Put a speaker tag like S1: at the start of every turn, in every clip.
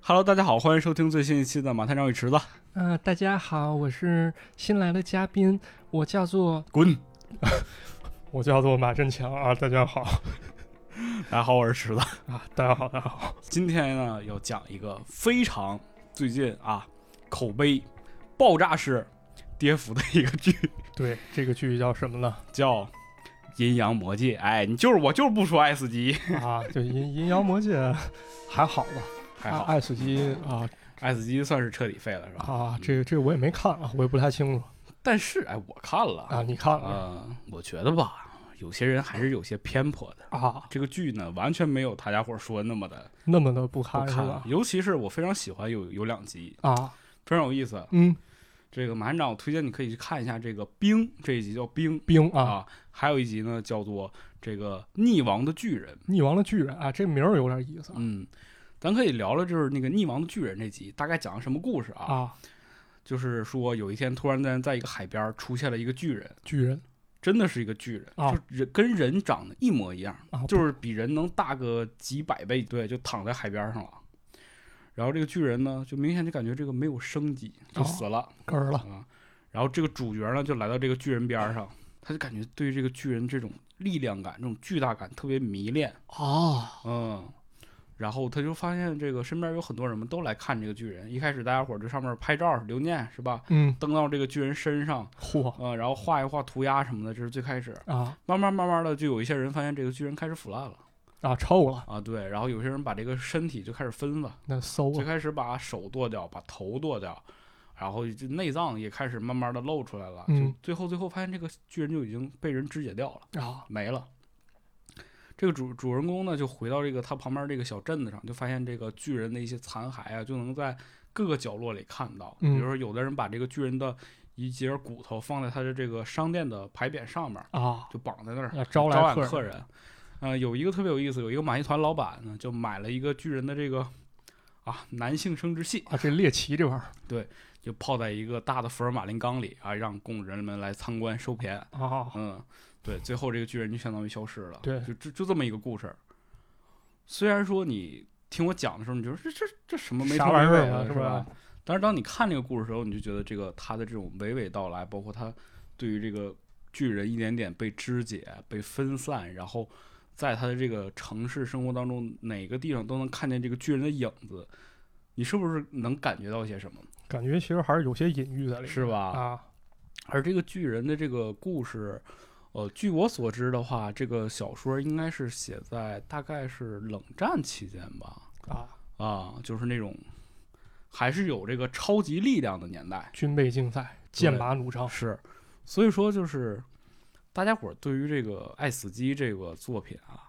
S1: Hello，大家好，欢迎收听最新一期的《马探长与池子》，
S2: 呃，大家好，我是新来的嘉宾，我叫做
S1: 滚！
S2: 我叫做马振强啊，大家好
S1: 大家好，我是池子。
S2: 啊，大家好，大家好，
S1: 今天呢，要讲一个非常最近啊口碑爆炸式跌幅的一个剧，
S2: 对，这个剧叫什么了
S1: 叫《 阴阳魔界》。哎，你就是我就是不说 S 级，
S2: 啊？就 阴阴阳魔界还好吧？
S1: 还好
S2: 啊爱死机啊
S1: S 级算是彻底废了是吧？
S2: 啊，这个这个我也没看啊，我也不太清楚
S1: 但是哎，我看了
S2: 啊，你看了
S1: 呃，我觉得吧，有些人还是有些偏颇的。
S2: 啊，
S1: 这个剧呢，完全没有大家伙儿说那么的
S2: 那么的不
S1: 好
S2: 堪是
S1: 看啊
S2: 吧，？
S1: 尤其是我非常喜欢有有两集
S2: 啊，
S1: 非常有意思。
S2: 嗯，
S1: 这个马站长，我推荐你可以去看一下这个《冰》这一集叫《冰》
S2: 冰啊，
S1: 啊，还有一集呢叫做这个《溺亡的巨人》。
S2: 溺亡的巨人啊，这名儿有点意思
S1: 嗯，咱可以聊聊就是那个《溺亡的巨人》这集大概讲的什么故事啊？
S2: 啊，
S1: 就是说有一天突然间在一个海边儿出现了一个巨人，
S2: 巨人
S1: 真的是一个巨人，
S2: 啊
S1: 就人跟人长得一模一样，
S2: 啊，
S1: 就是比人能大个几百倍，对，就躺在海边儿上了。然后这个巨人呢，就明显就感觉这个没有生机，就
S2: 哦
S1: 死了。
S2: 根儿了
S1: 啊。然后这个主角呢，就来到这个巨人边儿上，他就感觉对这个巨人这种力量感、这种巨大感特别迷恋，
S2: 啊，
S1: 嗯。然后他就发现这个身边有很多人们都来看这个巨人。一开始大家伙儿就上面拍照留念是吧？
S2: 嗯，
S1: 登到这个巨人身上，
S2: 嚯
S1: 呃，然后画一画涂鸦什么的，这是最开始。
S2: 啊
S1: 慢慢慢慢的，就有一些人发现这个巨人开始腐烂了
S2: 啊，臭了，
S1: 啊，对。然后有些人把这个身体就开始分了，
S2: 那馊
S1: 最
S2: 了
S1: 开始把手剁掉，把头剁掉，然后就内脏也开始慢慢的露出来了。
S2: 嗯
S1: 就最后最后发现这个巨人就已经被人肢解掉了，
S2: 啊，
S1: 没了。这个主主人公呢，就回到这个他旁边这个小镇子上，就发现这个巨人的一些残骸啊，就能在各个角落里看到。
S2: 嗯
S1: 比如说，有的人把这个巨人的一截骨头放在他的这个商店的牌匾上面，
S2: 啊，
S1: 就绑在那儿，
S2: 要招来
S1: 招揽
S2: 客人啊
S1: 客人。呃，有一个特别有意思，有一个马戏团老板呢，就买了一个巨人的这个啊男性生殖器，
S2: 啊，这猎奇这玩意儿
S1: 就泡在一个大的福尔马林缸里啊，让供人们来参观收钱。
S2: 啊，
S1: 嗯，对，最后这个巨人就相当于消失了。
S2: 对
S1: 就就就这么一个故事。虽然说你听我讲的时候，你觉得这这这什么没
S2: 啥
S1: 头
S2: 玩
S1: 没
S2: 意儿
S1: 尾
S2: 啊
S1: 的，
S2: 是
S1: 是吧
S2: 吧？
S1: 但是当你看这个故事的时候，你就觉得这个他的这种娓娓道来，包括他对于这个巨人一点点被肢解、被分散，然后在他的这个城市生活当中，哪个地方都能看见这个巨人的影子，你是不是能感觉到些什么？
S2: 感觉其实还是有些隐喻在里面，
S1: 是吧？
S2: 啊，
S1: 而这个巨人的这个故事，呃，据我所知的话，这个小说应该是写在大概是冷战期间吧，
S2: 啊，
S1: 啊，就是那种还是有这个超级力量的年代，哦
S2: 军备竞赛，剑拔弩张
S1: 是，所以说就是大家伙儿对于这个《爱死机》这个作品啊，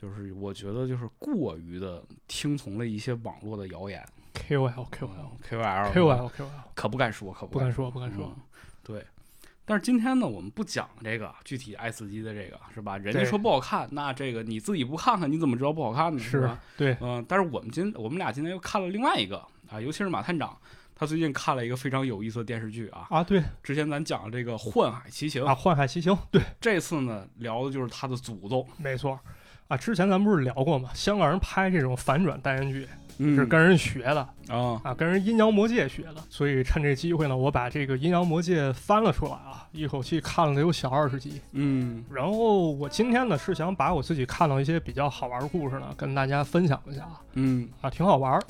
S1: 就是我觉得就是过于的听从了一些网络的谣言嗯
S2: ，KOL KOL
S1: KOL
S2: KOL KOL，
S1: 可不敢说，可不
S2: 不
S1: 敢
S2: 敢说不敢说
S1: 嗯，对。但是今天呢，我们不讲这个具体爱斯基的这个是吧？人家
S2: 对
S1: 说不好看，那这个你自己不看看，你怎么知道不好看呢？是
S2: 是
S1: 吧？
S2: 对
S1: 嗯、但是我们今我们俩今天又看了另外一个啊，尤其是马探长，他最近看了一个非常有意思的电视剧啊。
S2: 啊对
S1: 之前咱讲了这个《幻海奇行》
S2: 啊，幻海奇行对，
S1: 这次呢聊的就是他的祖宗，
S2: 没错。啊，之前咱不是聊过吗？香港人拍这种反转单元剧
S1: 嗯
S2: 是跟人学的、
S1: 啊，
S2: 啊，跟人《阴阳魔界》学的。所以趁这机会呢，我把这个《阴阳魔界》翻了出来啊，一口气看了得有小二十集。
S1: 嗯
S2: 然后我今天呢是想把我自己看到一些比较好玩的故事呢，跟大家分享一下啊，
S1: 嗯，
S2: 啊，挺好玩儿，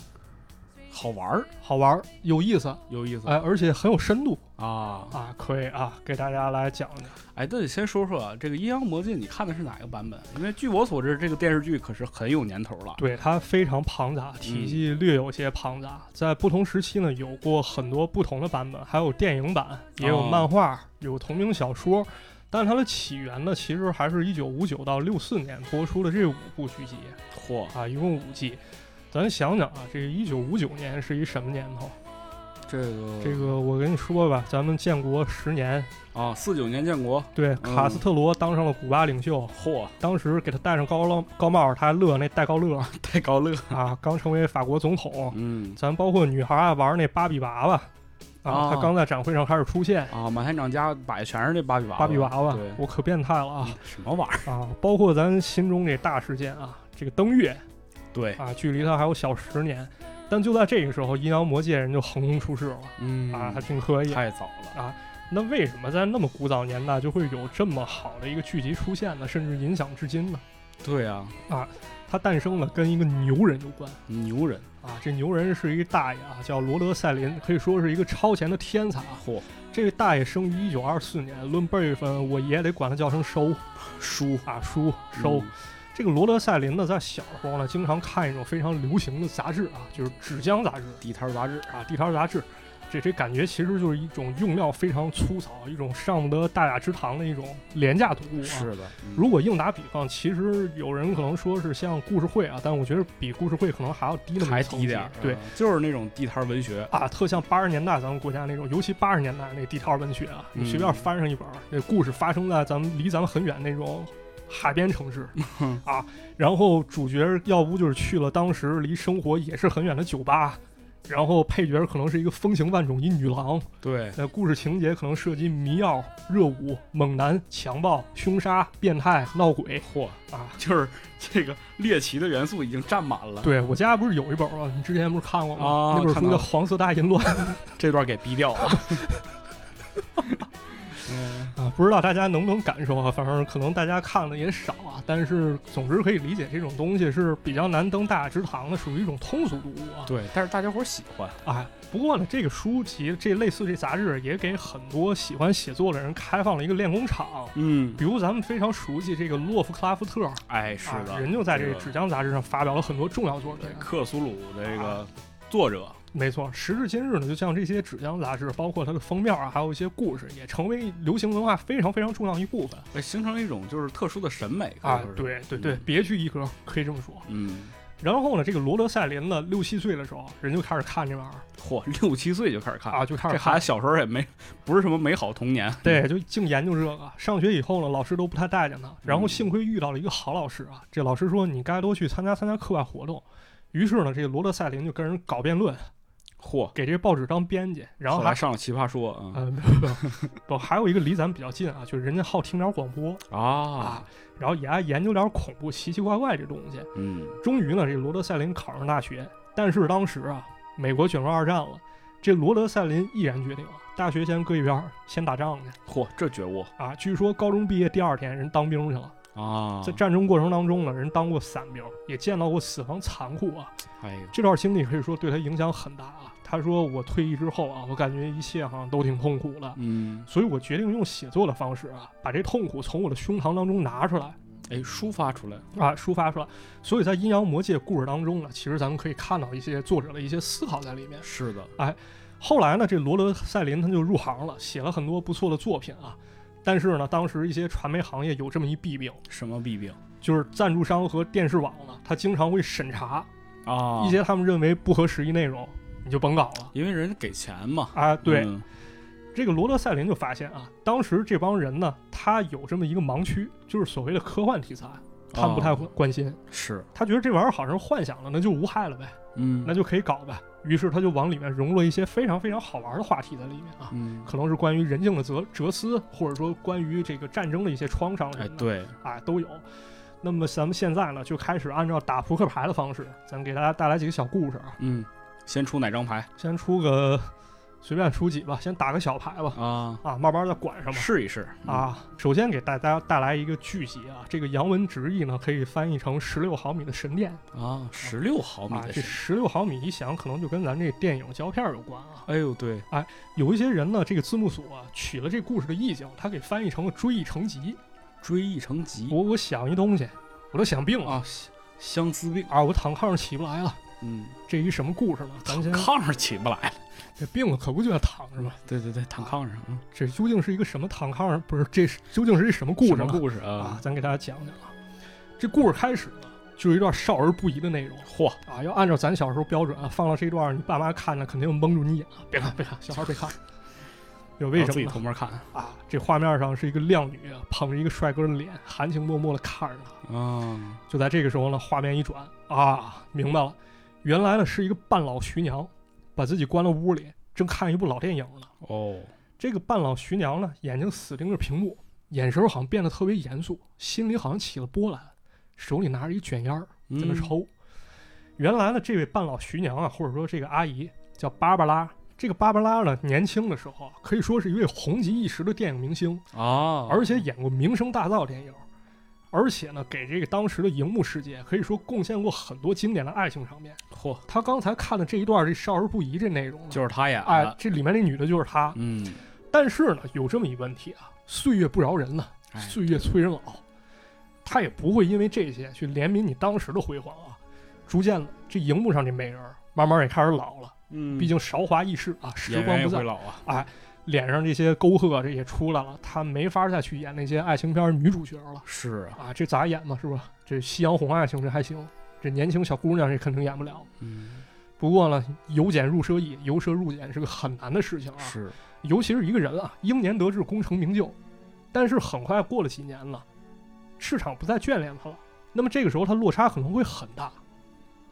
S1: 好玩儿，
S2: 好玩儿，有意思，
S1: 有意思、
S2: 哎、而且很有深度
S1: 啊。
S2: 啊，可以啊，给大家来讲讲。
S1: 哎，那你先说说啊这个《阴阳魔界》，你看的是哪个版本？因为据我所知，这个电视剧可是很有年头了。
S2: 对，它非常庞杂，体积略有些庞杂，在不同时期呢，有过很多不同的版本，还有电影版，也有
S1: 哦
S2: 漫画，有同名小说。但是它的起源呢，其实还是一九五九到六四年播出的这五部剧集
S1: 嚯，
S2: 啊，一共五季。咱想想啊，这一九五九年是一什么年头？
S1: 这个
S2: 这个我跟你说吧，咱们建国十年，
S1: 啊，四九年建国，
S2: 对，卡斯特罗当上了古巴领袖，
S1: 嚯，
S2: 当时给他戴上高高高帽，他还乐那戴高乐
S1: 戴高乐，
S2: 啊，刚成为法国总统。
S1: 嗯
S2: 咱包括女孩啊玩那芭比娃娃啊，
S1: 啊
S2: 她刚在展会上开始出现
S1: 啊，马探长家摆的全是这芭比娃娃，
S2: 芭比娃娃
S1: 对，，
S2: 我可变态了啊
S1: 嗯什么玩意儿？
S2: 啊！包括咱心中这大事件啊，这个登月
S1: 对，
S2: 啊，距离它还有小十年。但就在这个时候，阴阳魔界人就横空出世了
S1: 嗯
S2: 啊，还挺可以。
S1: 太早了，
S2: 那为什么在那么古早年代就会有这么好的一个剧集出现呢？甚至影响至今呢？
S1: 对啊，
S2: 它诞生了跟一个牛人有关
S1: 牛人，
S2: 啊，这牛人是一个大爷啊，叫罗德塞林，可以说是一个超前的天才啊。
S1: 嚯，
S2: 这个大爷生于一九二四年，论辈分，我爷得管他叫声收
S1: 书
S2: 啊叔收。
S1: 嗯
S2: 这个罗德塞林呢，在小时候呢，经常看一种非常流行的杂志啊，就是纸浆杂志
S1: 地摊儿杂志，
S2: 啊，地摊杂志。这这感觉其实就是一种用料非常粗糙，一种上不得大雅之堂的一种廉价读物啊。
S1: 是的，嗯
S2: 如果硬打比方，其实有人可能说是像故事会啊，但我觉得比故事会可能还要低那么
S1: 还
S2: 层
S1: 低
S2: 级
S1: 点儿，
S2: 对
S1: 啊，就是那种地摊儿文学，
S2: 啊，特像八十年代咱们国家那种，尤其八十年代那地摊文学啊，你随
S1: 嗯
S2: 便翻上一本儿，那故事发生在咱们离咱们很远那种海边城市
S1: 嗯
S2: 啊，然后主角要不就是去了当时离生活也是很远的酒吧。然后配角可能是一个风情万种一女郎，
S1: 对，
S2: 那故事情节可能涉及迷药、热舞、猛男、强暴、凶杀、变态、闹鬼
S1: 嚯，
S2: 啊，
S1: 就是这个猎奇的元素已经占满了，
S2: 对我家不是有一本吗？你之前不是看过吗？
S1: 啊
S2: 那本
S1: 看
S2: 书
S1: 到
S2: 叫《
S1: 了
S2: 黄色大淫乱》
S1: 这段给逼掉 了。嗯，
S2: 啊，不知道大家能不能感受啊？反正可能大家看的也少啊，但是总之可以理解这种东西是比较难登大雅之堂的，属于一种通俗读物啊。
S1: 对，但是大家伙儿喜欢，
S2: 哎，不过呢，这个书籍这类似这杂志也给很多喜欢写作的人开放了一个练功场。
S1: 嗯，
S2: 比如咱们非常熟悉这个洛夫克拉夫特，
S1: 哎，是
S2: 啊，
S1: 的，
S2: 人就在这个
S1: 个
S2: 纸浆杂志上发表了很多重要作品
S1: 对。克苏鲁的这个作者，
S2: 没错，时至今日呢，就像这些纸浆杂志，包括它的封面啊，还有一些故事，也成为流行文化非常非常重要一部分
S1: 哎形成了一种就是特殊的审美可以
S2: 啊
S1: 说。是
S2: 对对对，
S1: 嗯
S2: 别具一格，可以这么说。
S1: 嗯，
S2: 然后呢，这个罗德塞林呢，六七岁的时候，人就开始看这玩意儿
S1: 嚯，六七岁就开始看，
S2: 啊，就开始
S1: 这
S2: 看
S1: 孩子小时候也没不是什么美好童年，
S2: 对，就净研究这个。上学以后呢，老师都不太待见他，然后
S1: 嗯
S2: 幸亏遇到了一个好老师啊，这老师说你该多去参加参加课外活动。于是呢，这个罗德塞林就跟人搞辩论，
S1: 嚯，
S2: 给这报纸当编辑，然后
S1: 后
S2: 还
S1: 来上了《奇葩说》啊
S2: 呃，没有没有不，还有一个离咱们比较近啊，就是人家好听点广播啊
S1: 啊，，
S2: 然后也爱研究点恐怖、奇奇怪怪这东西。
S1: 嗯，
S2: 终于呢，这罗德塞林考上大学，但是当时啊，美国卷入二战了，这罗德塞林毅然决定啊，大学先搁一边儿，先打仗去
S1: 嚯，这觉悟
S2: 啊。据说高中毕业第二天，人当兵去了，
S1: 啊，
S2: 在战争过程当中呢，人当过伞兵，也见到过死亡残酷啊。
S1: 哎呦，
S2: 这段经历可以说对他影响很大啊。他说：“我退役之后啊，我感觉一切好像都挺痛苦的。”
S1: 嗯，
S2: 所以我决定用写作的方式啊，把这痛苦从我的胸膛当中拿出来
S1: 哎，抒发出来，
S2: 啊，抒发出来。所以在《阴阳魔界》故事当中呢，其实咱们可以看到一些作者的一些思考在里面。
S1: 是的，
S2: 后来呢，这罗德塞林他就入行了，写了很多不错的作品啊。但是呢，当时一些传媒行业有这么一弊病，
S1: 什么弊病
S2: 就是赞助商和电视网呢，他经常会审查
S1: 啊
S2: 一些他们认为不合时宜内容，你就甭搞了
S1: 因为人家给钱嘛，
S2: 啊。对，
S1: 嗯
S2: 这个罗德塞林就发现啊，当时这帮人呢，他有这么一个盲区，就是所谓的科幻题材，他们不太
S1: 啊
S2: 关心，
S1: 是，
S2: 他觉得这玩意儿好像是幻想了，那就无害了呗，
S1: 嗯，
S2: 那就可以搞呗。于是他就往里面融入了一些非常非常好玩的话题在里面啊，
S1: 嗯，
S2: 可能是关于人性的哲哲思，或者说关于这个战争的一些创伤什
S1: 哎
S2: 么，的，
S1: 对，
S2: 啊都有。那么咱们现在呢，就开始按照打扑克牌的方式，咱给大家带来几个小故事啊，
S1: 嗯，先出哪张牌
S2: 先出个随便出几吧，先打个小牌吧，
S1: 啊？
S2: 啊，慢慢再管上吧。
S1: 试一试，
S2: 啊，首先给大家带来一个剧集啊，这个洋文直译呢可以翻译成十六毫米的神殿
S1: 嗯啊，十六毫米
S2: 啊，
S1: 的
S2: 这
S1: 是，
S2: 十六毫米一想可能就跟咱这电影胶片有关啊。
S1: 哎呦，对，
S2: 有一些人呢，这个字幕组啊取了这故事的意境，他给翻译成了追忆成集。
S1: 追忆成集
S2: 我我想一东西，我都想病了
S1: 啊，相相思病，
S2: 啊，我躺炕上起不来了。
S1: 嗯，
S2: 这一什么故事呢？咱先
S1: 炕上起不来了，
S2: 这病了可不就要躺着吗？
S1: 对对对，躺炕上，嗯
S2: 这究竟是一个什么躺炕上？不是，这是究竟是一什么故事
S1: 什么
S2: 呢？
S1: 故事
S2: 啊
S1: 啊？，
S2: 咱给大家讲讲啊。这故事开始呢，就是一段少儿不宜的内容
S1: 嚯，
S2: 啊。要按照咱小时候标准啊，放到这段，你爸妈看着肯定蒙住你眼啊，别看别看，小孩 别看。有为
S1: 让
S2: 什
S1: 自
S2: 么
S1: 己
S2: 呢
S1: 偷摸看
S2: 啊？这画面上是一个靓女啊捧着一个帅哥的脸，含情脉脉的看着他。
S1: 啊？
S2: 就在这个时候呢，画面一转啊，明白了，原来呢是一个半老徐娘，把自己关到屋里，正看一部老电影呢。
S1: 哦，
S2: 这个半老徐娘呢，眼睛死盯着屏幕，眼神好像变得特别严肃，心里好像起了波澜，手里拿着一卷烟儿在
S1: 嗯
S2: 那抽。原来的这位半老徐娘啊，或者说这个阿姨叫芭芭拉。这个芭芭拉呢，年轻的时候啊，可以说是一位红极一时的电影明星，
S1: 啊，
S2: 而且演过名声大噪电影，而且呢，给这个当时的荧幕世界可以说贡献过很多经典的爱情场面。
S1: 嚯，
S2: 他刚才看的这一段这少儿不宜这内容呢，
S1: 就是他演的，
S2: 哎，这里面那女的就是她。
S1: 嗯，
S2: 但是呢，有这么一问题啊，岁月不饶人呐、
S1: 哎，
S2: 岁月催人老，他也不会因为这些去怜悯你当时的辉煌啊。逐渐的，这荧幕上这美人儿慢慢也开始老了，
S1: 嗯，
S2: 毕竟韶华易逝啊，时
S1: 演
S2: 光
S1: 员也
S2: 不
S1: 会
S2: 再，
S1: 老啊，
S2: 脸上这些沟壑啊这也出来了，他没法再去演那些爱情片儿女主角了
S1: 是啊，
S2: 啊，这咋演嘛，是吧？这夕阳红爱情这还行，这年轻小姑娘这肯定演不了。
S1: 嗯，
S2: 不过呢，由俭入奢易，由奢入俭是个很难的事情啊。
S1: 是，
S2: 尤其是一个人啊，英年得志，功成名就，但是很快过了几年了，市场不再眷恋他了，那么这个时候他落差可能会很大，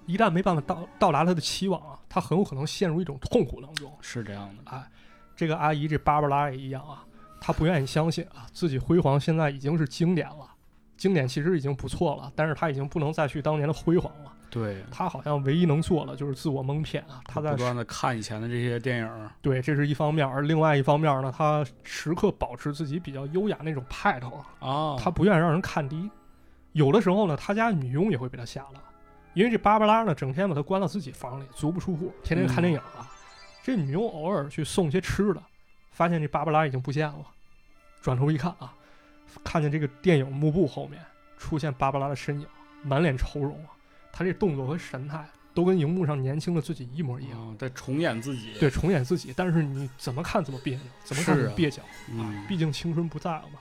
S2: 一旦没办法到到达他的期望啊，他很有可能陷入一种痛苦当中。
S1: 是这样的，
S2: 这个阿姨这芭芭拉也一样啊，她不愿意相信啊，自己辉煌现在已经是经典了，经典其实已经不错了，但是她已经不能再去当年的辉煌了，
S1: 对，
S2: 她好像唯一能做的就是自我蒙骗啊，她在
S1: 不断的看以前的这些电影儿，
S2: 对，这是一方面，而另外一方面呢，他时刻保持自己比较优雅那种派头，
S1: 啊，
S2: 他不愿意让人看低。有的时候呢，他家女佣也会被他吓到，因为这芭芭拉呢，整天把他关到自己房里，足不出户，天
S1: 嗯
S2: 天看电影啊。这女佣偶尔去送些吃的，发现这芭芭拉已经不见了，转头一看啊，看见这个电影幕布后面出现芭芭拉的身影，满脸愁容啊，他这动作和神态都跟荧幕上年轻的自己一模一样。
S1: 啊在重演自己，
S2: 对，重演自己，但是你怎么看怎么别扭，怎么看
S1: 是
S2: 怎么
S1: 啊
S2: 蹩脚
S1: 嗯，
S2: 毕竟青春不在了嘛。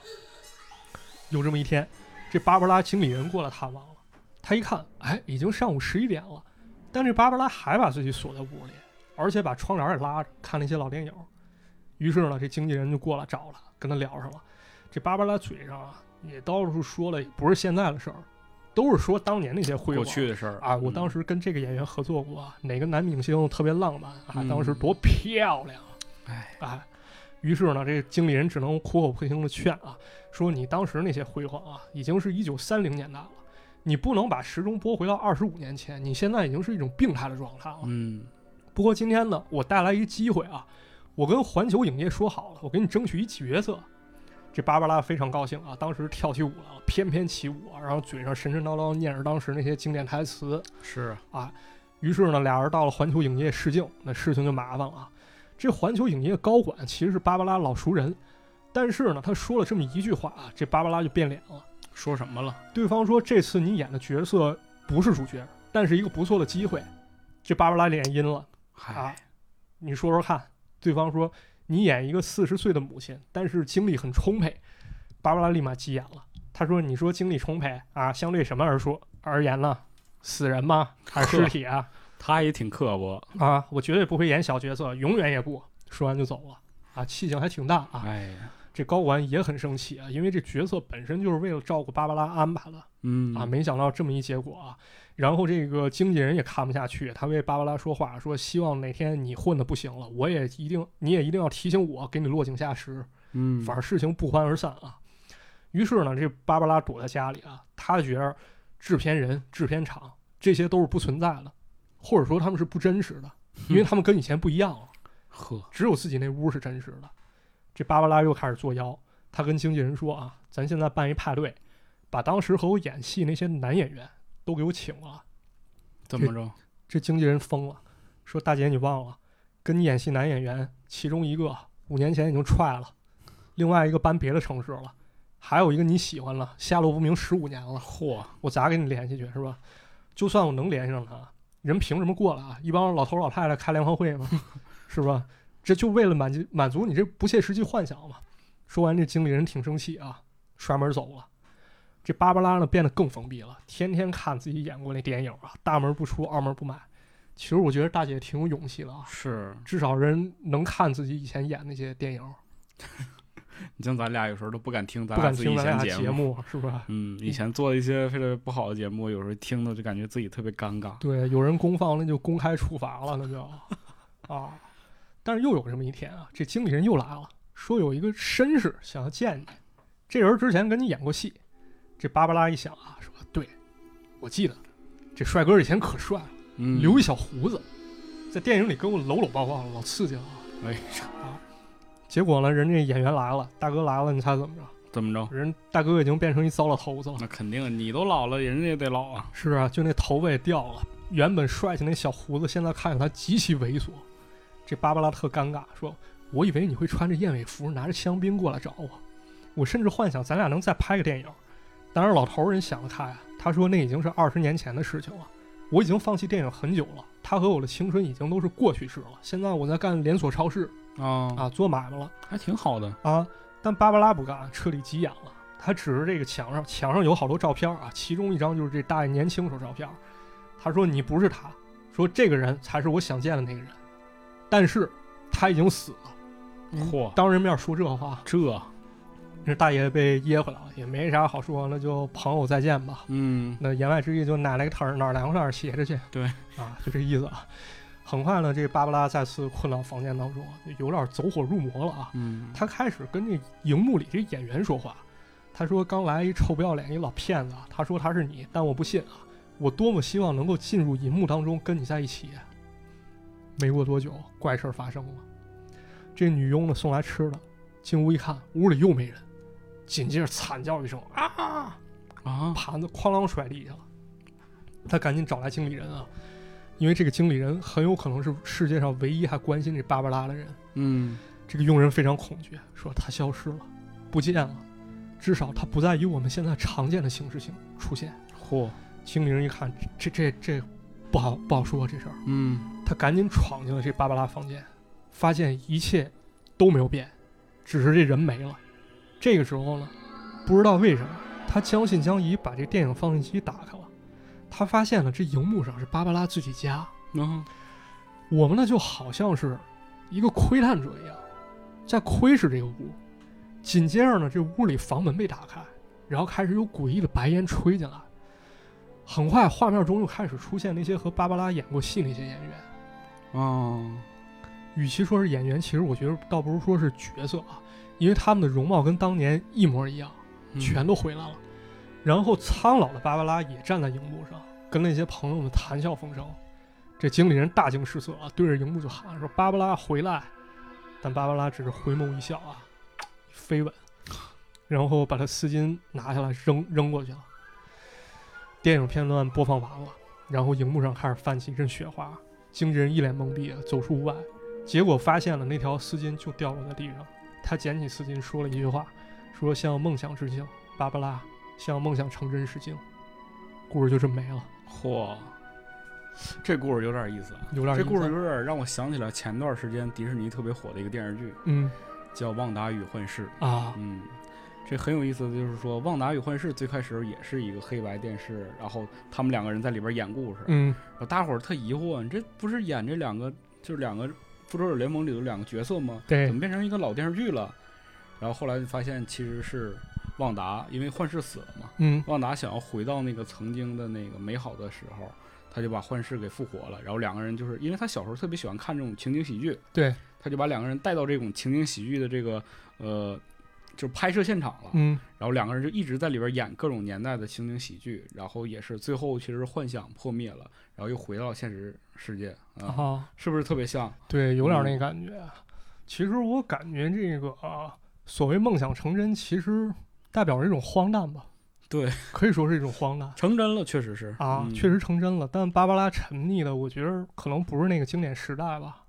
S2: 有这么一天，这芭芭拉经理人过来探望了，他一看，哎，已经上午十一点了，但这芭芭拉还把自己锁在屋里，而且把窗帘也拉着，看了一些老电影。于是呢，这经纪人就过来找他，跟他聊上了。这芭芭拉嘴上啊，也到处说了，也不是现在的事儿，都是说当年那些辉
S1: 过
S2: 煌。
S1: 去的事儿嗯
S2: 啊，我当
S1: 时。
S2: 时跟这个演员合作过，哪个男明星特别浪漫啊
S1: 嗯，
S2: 当时多漂亮，
S1: 哎，
S2: 哎，于是呢，这经理人只能苦口婆心的劝啊，说你当时那些辉煌啊，已经是一九三零年代了，你不能把时钟拨回到二十五年前，你现在已经是一种病态的状态了。
S1: 嗯，
S2: 不过今天呢，我带来一个机会啊，我跟环球影业说好了，我给你争取一角色。这芭芭拉非常高兴啊，当时跳起舞来了，翩翩起舞啊，然后嘴上神神叨叨念着当时那些经典台词，
S1: 是啊
S2: 于是呢，俩人到了环球影业试镜，那事情就麻烦了啊。这环球影业高管其实是芭芭拉老熟人，但是呢，他说了这么一句话啊，这芭芭拉就变脸了。
S1: 说什么了？
S2: 对方说这次你演的角色不是主角，但是一个不错的机会。这芭芭拉脸阴了，啊
S1: 嗨，
S2: 你说说看。对方说你演一个四十岁的母亲，但是精力很充沛。芭芭拉立马急眼了，他说：“你说精力充沛啊，相对什么而说而言呢？死人吗？还是尸体啊？”
S1: 他也挺刻薄，
S2: 啊，我绝对不会演小角色，永远也不。说完就走了，啊，气性还挺大啊。
S1: 哎呀，
S2: 这高管也很生气啊，因为这角色本身就是为了照顾芭芭拉安排的
S1: 嗯
S2: 啊，没想到这么一结果啊。然后这个经纪人也看不下去，他为芭芭拉说话，说希望哪天你混的不行了，我也一定，你也一定要提醒我，给你落井下石。
S1: 嗯，
S2: 反正事情不欢而散啊。于是呢，这芭芭拉躲在家里啊，她觉得制片人、制片厂这些都是不存在的，或者说他们是不真实的，因为他们跟以前不一样了，
S1: 呵，
S2: 只有自己那屋是真实的。这芭芭拉又开始作妖，她跟经纪人说啊，咱现在办一派对，把当时和我演戏那些男演员都给我请了。
S1: 怎么着？
S2: 这经纪人疯了，说大姐你忘了，跟你演戏男演员其中一个五年前已经踹了，另外一个搬别的城市了，还有一个你喜欢了，下落不明十五年了，
S1: 嚯，
S2: 我咋给你联系去是吧？就算我能联系上他，人凭什么过来啊？一帮老头老太太开联欢会嘛，是吧？这就为了满足满足你这不切实际幻想嘛。说完，这经理人挺生气啊，摔门走了。这芭芭拉呢变得更封闭了，天天看自己演过那电影啊，大门不出二门不迈。其实我觉得大姐挺有勇气的啊，
S1: 是
S2: 至少人能看自己以前演那些电影，
S1: 你像咱俩有时候都不敢听咱
S2: 不
S1: 俩
S2: 敢
S1: 自己
S2: 听
S1: 以
S2: 咱
S1: 前
S2: 俩
S1: 节
S2: 节目是吧？
S1: 嗯，以前做的一些非常不好的节目，有时候听的就感觉自己特别尴尬。
S2: 对，有人公放那就公开处罚了，那就啊。但是又有这么一天啊，这经理人又来了，说有一个绅士想要见你，这人之前跟你演过戏。这芭芭拉一想啊，说对，我记得这帅哥以前可帅了，
S1: 嗯
S2: 留一小胡子，在电影里给我搂搂抱抱，老刺激了。啊
S1: 哎，
S2: 结果呢，人家演员来了，大哥来了，你猜怎么着？
S1: 怎么着？
S2: 人大哥已经变成一糟老头子了。
S1: 那肯定，你都老了，人家也得老啊。
S2: 是啊，就那头发也掉了，原本帅气那小胡子，现在看着他极其猥琐。这芭芭拉特尴尬，说：“我以为你会穿着燕尾服，拿着香槟过来找我，我甚至幻想咱俩能再拍个电影。”当然，老头儿人想得开啊，他说那已经是二十年前的事情了，我已经放弃电影很久了，他和我的青春已经都是过去式了。现在我在干连锁超市
S1: 啊，
S2: 啊，做买卖了。
S1: 还挺好的。
S2: 啊，但芭芭拉不干，彻底急眼了。他指着这个墙上，墙上有好多照片啊，其中一张就是这大爷年轻时候照片。他说：“你不是他，说这个人才是我想见的那个人，但是他已经死了。
S1: 嚯，
S2: 当人面说这话，
S1: 这，
S2: 这大爷被噎回来了，也没啥好说，那就朋友再见吧。
S1: 嗯，
S2: 那言外之意就哪来个疼哪儿凉快哪儿斜着去。
S1: 对，
S2: 啊，就这意思啊。很快呢，这芭芭拉再次困到房间当中，有点走火入魔了啊。
S1: 嗯，
S2: 他开始跟这荧幕里这演员说话，他说刚来一臭不要脸一老骗子啊，他说他是你，但我不信啊，我多么希望能够进入荧幕当中跟你在一起。没过多久，怪事儿发生了，这女佣呢送来吃的，进屋一看，屋里又没人，紧接着惨叫一声啊，
S1: 啊，
S2: 盘子哐啷甩地下了。他赶紧找来经理人啊，因为这个经理人很有可能是世界上唯一还关心这芭芭拉的人。
S1: 嗯，
S2: 这个佣人非常恐惧，说他消失了，不见了，至少他不再以我们现在常见的形式性出现。
S1: 嚯，
S2: 经理人一看，这这这这不好不好说这事儿，
S1: 嗯，
S2: 他赶紧闯进了这芭芭拉房间，发现一切都没有变，只是这人没了。这个时候呢，不知道为什么，他将信将疑把这电影放映机打开了，他发现了这荧幕上是芭芭拉自己家。
S1: 啊，
S2: 我们呢就好像是一个窥探者一样，在窥视这个屋。紧接着呢，这屋里房门被打开，然后开始有诡异的白烟吹进来。很快，画面中又开始出现那些和芭芭拉演过戏那些演员。
S1: 啊，
S2: 与其说是演员，其实我觉得倒不如说是角色啊，因为他们的容貌跟当年一模一样，
S1: 嗯
S2: 全都回来了。然后苍老的芭芭拉也站在荧幕上，跟那些朋友们谈笑风生。这经理人大惊失色啊，对着荧幕就喊说：“芭芭拉回来！”但芭芭拉只是回眸一笑啊，飞吻，然后把他丝巾拿下来扔扔过去了。电影片段播放完了，然后荧幕上开始泛起一阵雪花，经纪人一脸懵逼啊，走出屋外，结果发现了那条丝巾就掉落在地上。他捡起丝巾，说了一句话：“说向梦想致敬，芭芭拉，向梦想成真致敬。”故事就这么没了，
S1: 嚯，这故事有点意思啊。
S2: 有点
S1: 这
S2: 意思
S1: 故事有点让我想起来前段时间迪士尼特别火的一个电视剧，
S2: 嗯
S1: 叫《旺达与幻视》。
S2: 啊，
S1: 嗯，这很有意思的就是说，《旺达与幻视》最开始也是一个黑白电视，然后他们两个人在里边演故事，
S2: 嗯
S1: 然后大伙儿特疑惑，你这不是演这两个就是两个复仇者联盟里的两个角色吗？
S2: 对
S1: 怎么变成一个老电视剧了？然后后来就发现其实是旺达，因为幻视死了嘛，
S2: 嗯
S1: 旺达想要回到那个曾经的那个美好的时候，他就把幻视给复活了。然后两个人就是因为他小时候特别喜欢看这种情景喜剧，
S2: 对，
S1: 他就把两个人带到这种情景喜剧的这个呃，就是拍摄现场了。
S2: 嗯
S1: 然后两个人就一直在里边演各种年代的情景喜剧，然后也是最后其实幻想破灭了，然后又回到现实世界啊、嗯
S2: 啊，
S1: 是不是特别像？
S2: 对，有点那感觉。啊其实我感觉这个、啊、所谓梦想成真，其实代表着一种荒诞吧。
S1: 对，
S2: 可以说是一种荒诞。
S1: 成真了，确实是
S2: 啊，
S1: 嗯
S2: 确实成真了，但芭芭拉沉溺的，我觉得可能不是那个经典时代吧，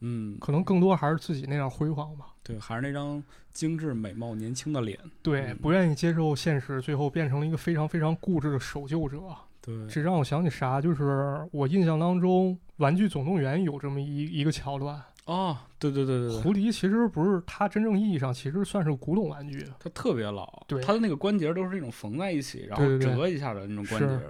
S1: 嗯，
S2: 可能更多还是自己那样辉煌吧。
S1: 对，还是那张精致、美貌、年轻的脸，
S2: 对，
S1: 嗯
S2: 不愿意接受现实，最后变成了一个非常非常固执的守旧者。
S1: 对，
S2: 这让我想起啥？就是我印象当中，《玩具总动员》有这么一一个桥段，
S1: 哦，对对对对对，
S2: 胡迪其实不是它真正意义上其实算是古董玩具，
S1: 它特别老，
S2: 对
S1: 它的那个关节都是那种缝在一起，然
S2: 对
S1: 后
S2: 对对
S1: 折一下的那种关
S2: 是
S1: 节，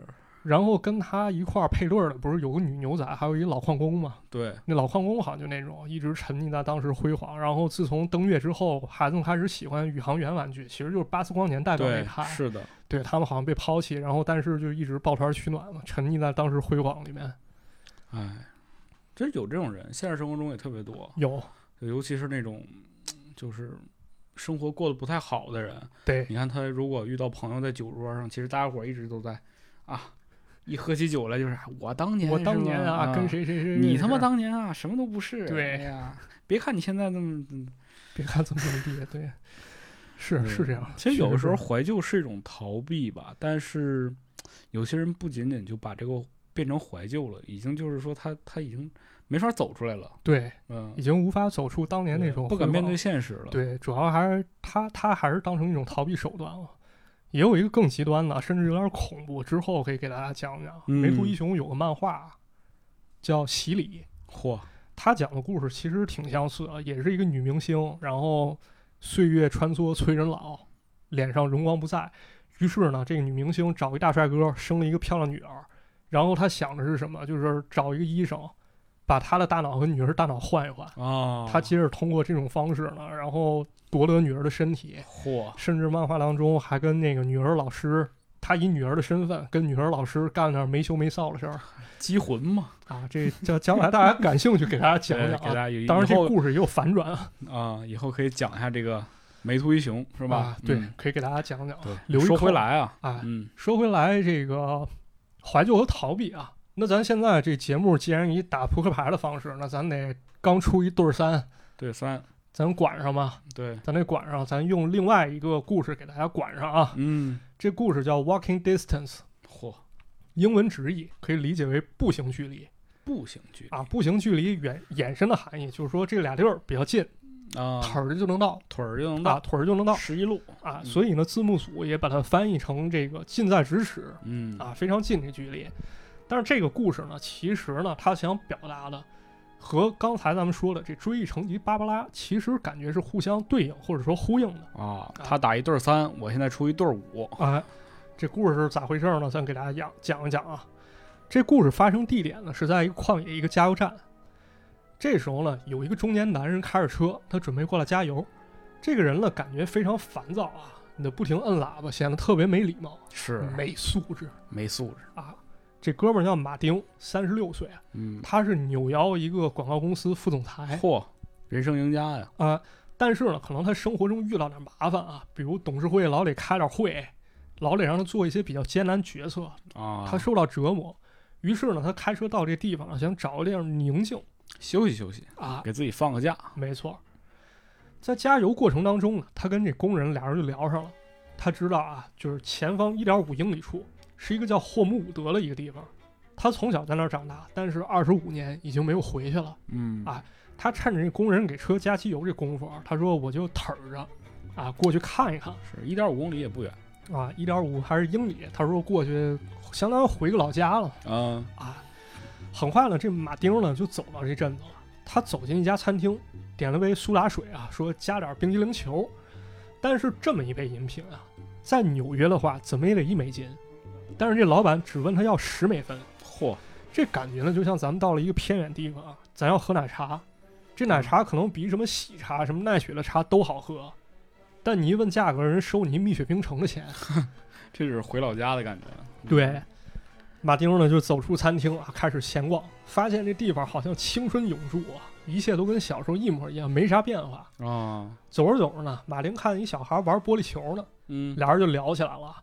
S2: 然后跟它一块儿配对儿的不是有个女牛仔，还有一老矿工嘛？
S1: 对，
S2: 那老矿工好像就那种一直沉溺在当时辉煌，然后自从登月之后，孩子们开始喜欢宇航员玩具，其实就是巴斯光年代表那
S1: 对
S2: 派，，
S1: 是的，
S2: 对他们好像被抛弃，然后但是就一直抱团取暖嘛，沉溺在当时辉煌里面。
S1: 哎，真有这种人，现实生活中也特别多，
S2: 有，
S1: 就尤其是那种就是生活过得不太好的人，
S2: 对，
S1: 你看他如果遇到朋友在酒桌上，其实大家伙儿一直都在啊，一喝起酒来就是我当年
S2: 我当年
S1: 是吧
S2: 啊
S1: 啊
S2: 跟谁谁谁，
S1: 你他妈当年啊什么都不是，
S2: 对
S1: 哎呀，别看你现在这么，嗯
S2: 别看怎么怎么地，对，是是这样。
S1: 其实有的时候
S2: 确是
S1: 怀旧是一种逃避吧，但是有些人不仅仅就把这个变成怀旧了，已经就是说他他已经没法走出来了，
S2: 对，
S1: 嗯，
S2: 已经无法走出当年那种
S1: 不敢
S2: 辉
S1: 面
S2: 煌
S1: 对现实了，，
S2: 对，主要还是他他还是当成一种逃避手段了。也有一个更极端的，甚至有点恐怖，之后可以给大家讲讲。
S1: 嗯
S2: 梅图一雄有个漫画叫《洗礼》，
S1: 嚯，
S2: 他讲的故事其实挺相似的，也是一个女明星，然后岁月穿梭催人老，脸上容光不再。于是呢，这个女明星找一大帅哥生了一个漂亮女儿，然后她想的是什么？就是找一个医生，把她的大脑和女儿大脑换一换。
S1: 啊，
S2: 他接着通过这种方式呢，然后夺得女儿的身体，
S1: 嚯，
S2: 甚至漫画当中还跟那个女儿老师，他以女儿的身份跟女儿老师干点没羞没臊的事儿
S1: 机魂嘛，
S2: 啊。这将将来大家感兴趣，给大家讲
S1: 对给
S2: 讲
S1: 大
S2: 啊。
S1: 家有
S2: 当然，
S1: 以
S2: 这
S1: 后
S2: 故事也有反转啊，
S1: 啊，以后可以讲一下这个梅图一雄是
S2: 是
S1: 吧？
S2: 啊对
S1: 嗯，
S2: 可以给大家讲讲。
S1: 对，
S2: 留一
S1: 说
S2: 口
S1: 回来啊，
S2: 啊，
S1: 嗯，
S2: 说回来，这个怀旧和逃避啊，那咱现在这节目既然以打扑克牌的方式，那咱得刚出一对儿三，
S1: 对三，
S2: 咱管上吧，
S1: 对，
S2: 咱得管上，咱用另外一个故事给大家管上啊。
S1: 嗯，
S2: 这故事叫《Walking Distance》，
S1: 嚯，
S2: 英文直译可以理解为步行距离
S1: 步行距离
S2: 啊。步行距离衍衍生的含义就是说这俩地儿比较近，
S1: 啊，
S2: 腿儿就能到
S1: 腿儿就能
S2: 啊，
S1: 到
S2: 腿儿就能到
S1: 十一路，
S2: 啊。
S1: 嗯
S2: 所以呢，字幕组也把它翻译成这个近在咫尺
S1: 嗯
S2: 啊，非常近这距离。但是这个故事呢，其实呢，它想表达的和刚才咱们说的这追忆成疾芭芭拉，其实感觉是互相对应或者说呼应的。
S1: 啊，他打一对儿三，我现在出一对儿五，
S2: 哎，这故事是咋回事呢？咱给大家讲讲一讲啊。这故事发生地点呢是在一个旷野一个加油站。这时候呢，有一个中年男人开着车，他准备过来加油。这个人呢，感觉非常烦躁啊，你得不停摁喇叭，显得特别没礼貌，
S1: 是
S2: 没素质
S1: 没素质，
S2: 啊。这哥们儿叫马丁，三十六岁，啊
S1: 嗯，
S2: 他是扭摇一个广告公司副总裁
S1: 嚯，人生赢家呀，
S2: 啊。但是呢，可能他生活中遇到点麻烦啊，比如董事会老得开点会，老得让他做一些比较艰难决策，
S1: 啊，
S2: 他受到折磨，于是呢，他开车到这地方啊，想找个地儿宁静
S1: 休息休息，
S2: 啊，
S1: 给自己放个假，
S2: 没错。在加油过程当中呢，他跟这工人俩人就聊上了。他知道啊，就是前方一点五英里处是一个叫霍姆伍德的一个地方。他从小在那儿长大，但是二十五年已经没有回去了。
S1: 嗯
S2: 啊他趁着这工人给车加机油这功夫啊，他说我就腿儿着啊过去看一看
S1: 是一点五公里也不远，
S2: 啊，一点五还是英里。他说过去相当于回个老家了。
S1: 啊，
S2: 啊，很快呢，这马丁呢就走到这镇子了。他走进一家餐厅，点了杯苏打水啊，说加点冰激凌球。但是这么一杯饮品啊，在纽约的话，怎么也得一美金。但是这老板只问他要十美分，
S1: 嚯，
S2: 这感觉呢，就像咱们到了一个偏远地方啊，咱要喝奶茶，这
S1: 嗯
S2: 奶茶可能比什么喜茶、什么奈雪的茶都好喝，但你一问价格，人收你一蜜雪冰城的钱。
S1: 这就是回老家的感觉，
S2: 对，马丁呢就走出餐厅啊，开始闲逛，发现这地方好像青春永驻啊，一切都跟小时候一模一样，没啥变化。
S1: 啊，
S2: 走着走着呢，马丁看见一小孩玩玻璃球呢，
S1: 嗯，
S2: 俩人就聊起来了。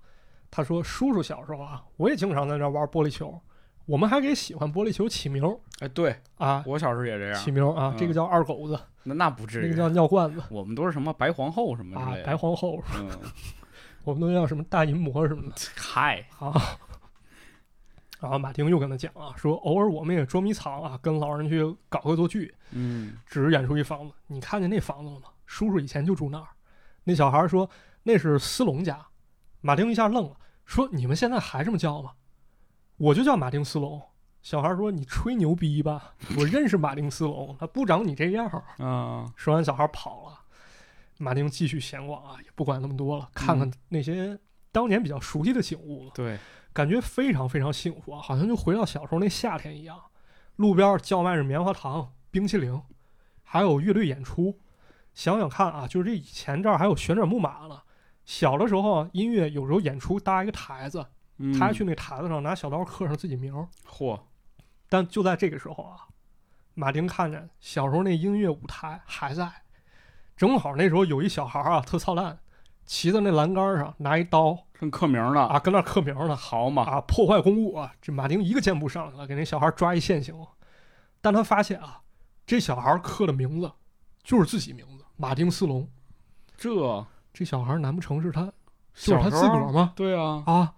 S2: 他说：“叔叔小时候啊，我也经常在这玩玻璃球，我们还给喜欢玻璃球起名儿
S1: 哎，对
S2: 啊，
S1: 我小时候也这
S2: 起
S1: 样，
S2: 名儿啊，
S1: 嗯
S2: 这个叫二狗子，
S1: 那那不
S2: 那
S1: 至
S2: 个
S1: 于，
S2: 叫尿罐子
S1: 我们都是什么白皇后什么
S2: 啊
S1: 之类，
S2: 白
S1: 的，
S2: 皇后，
S1: 嗯，
S2: 我们都叫什么大淫魔什么的。”
S1: 嗨，
S2: 啊。然后马丁又跟他讲啊，说偶尔我们也捉迷藏啊，跟老人去搞恶作剧，
S1: 嗯，
S2: 指着远处一房子，你看见那房子了吗？叔叔以前就住那儿。那小孩说那是斯隆家。马丁一下愣了，说你们现在还这么叫吗？我就叫马丁斯隆。小孩说你吹牛逼吧，我认识马丁斯隆，他不长你这样。
S1: 啊，
S2: 说完，小孩跑了。马丁继续闲逛啊，也不管那么多了，看看那些当年比较熟悉的景物了。
S1: 对，
S2: 感觉非常非常幸福啊，好像就回到小时候那夏天一样。路边叫卖着棉花糖、冰淇淋，还有乐队演出。想想看啊，就是这以前这儿还有旋转木马呢。小的时候啊，音乐有时候演出搭一个台子，
S1: 嗯
S2: 他还去那台子上拿小刀刻上自己名儿。
S1: 嚯，
S2: 但就在这个时候啊，马丁看见小时候那音乐舞台还在，正好那时候有一小孩啊特操蛋，骑在那栏杆上，拿一刀
S1: 看刻名了，
S2: 啊，跟那儿刻名呢，
S1: 好嘛，
S2: 啊，破坏公务啊！这马丁一个箭步上去了，给那小孩抓一现行。但他发现啊，这小孩刻的名字就是自己名字，马丁斯隆。
S1: 这
S2: 这小孩难不成是他就是
S1: 小
S2: 他
S1: 时
S2: 自
S1: 候
S2: 个儿吗？
S1: 对啊，
S2: 啊，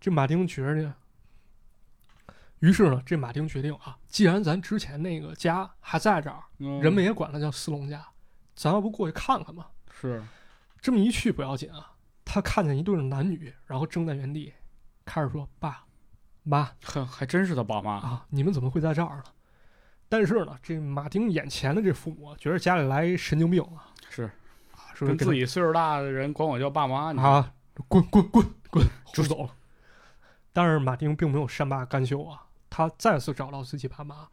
S2: 这马丁觉着呢。于是呢，这马丁决定啊，既然咱之前那个家还在这儿，
S1: 嗯
S2: 人们也管它叫斯隆家，咱要不过去看看吧？
S1: 是
S2: 这么一去不要紧啊，他看见一对男女，然后怔在原地，开始说：“爸，妈
S1: 还还真是他爸妈，
S2: 啊，你们怎么会在这儿呢？”但是呢，这马丁眼前的这父母觉得家里来神经病啊，
S1: 是
S2: 啊说
S1: 跟
S2: 给
S1: 自己岁数大的人管我叫爸妈，
S2: 他
S1: 你
S2: 啊，滚滚滚滚，轰走了。但是马丁并没有善罢甘休啊，他再次找到自己爸妈，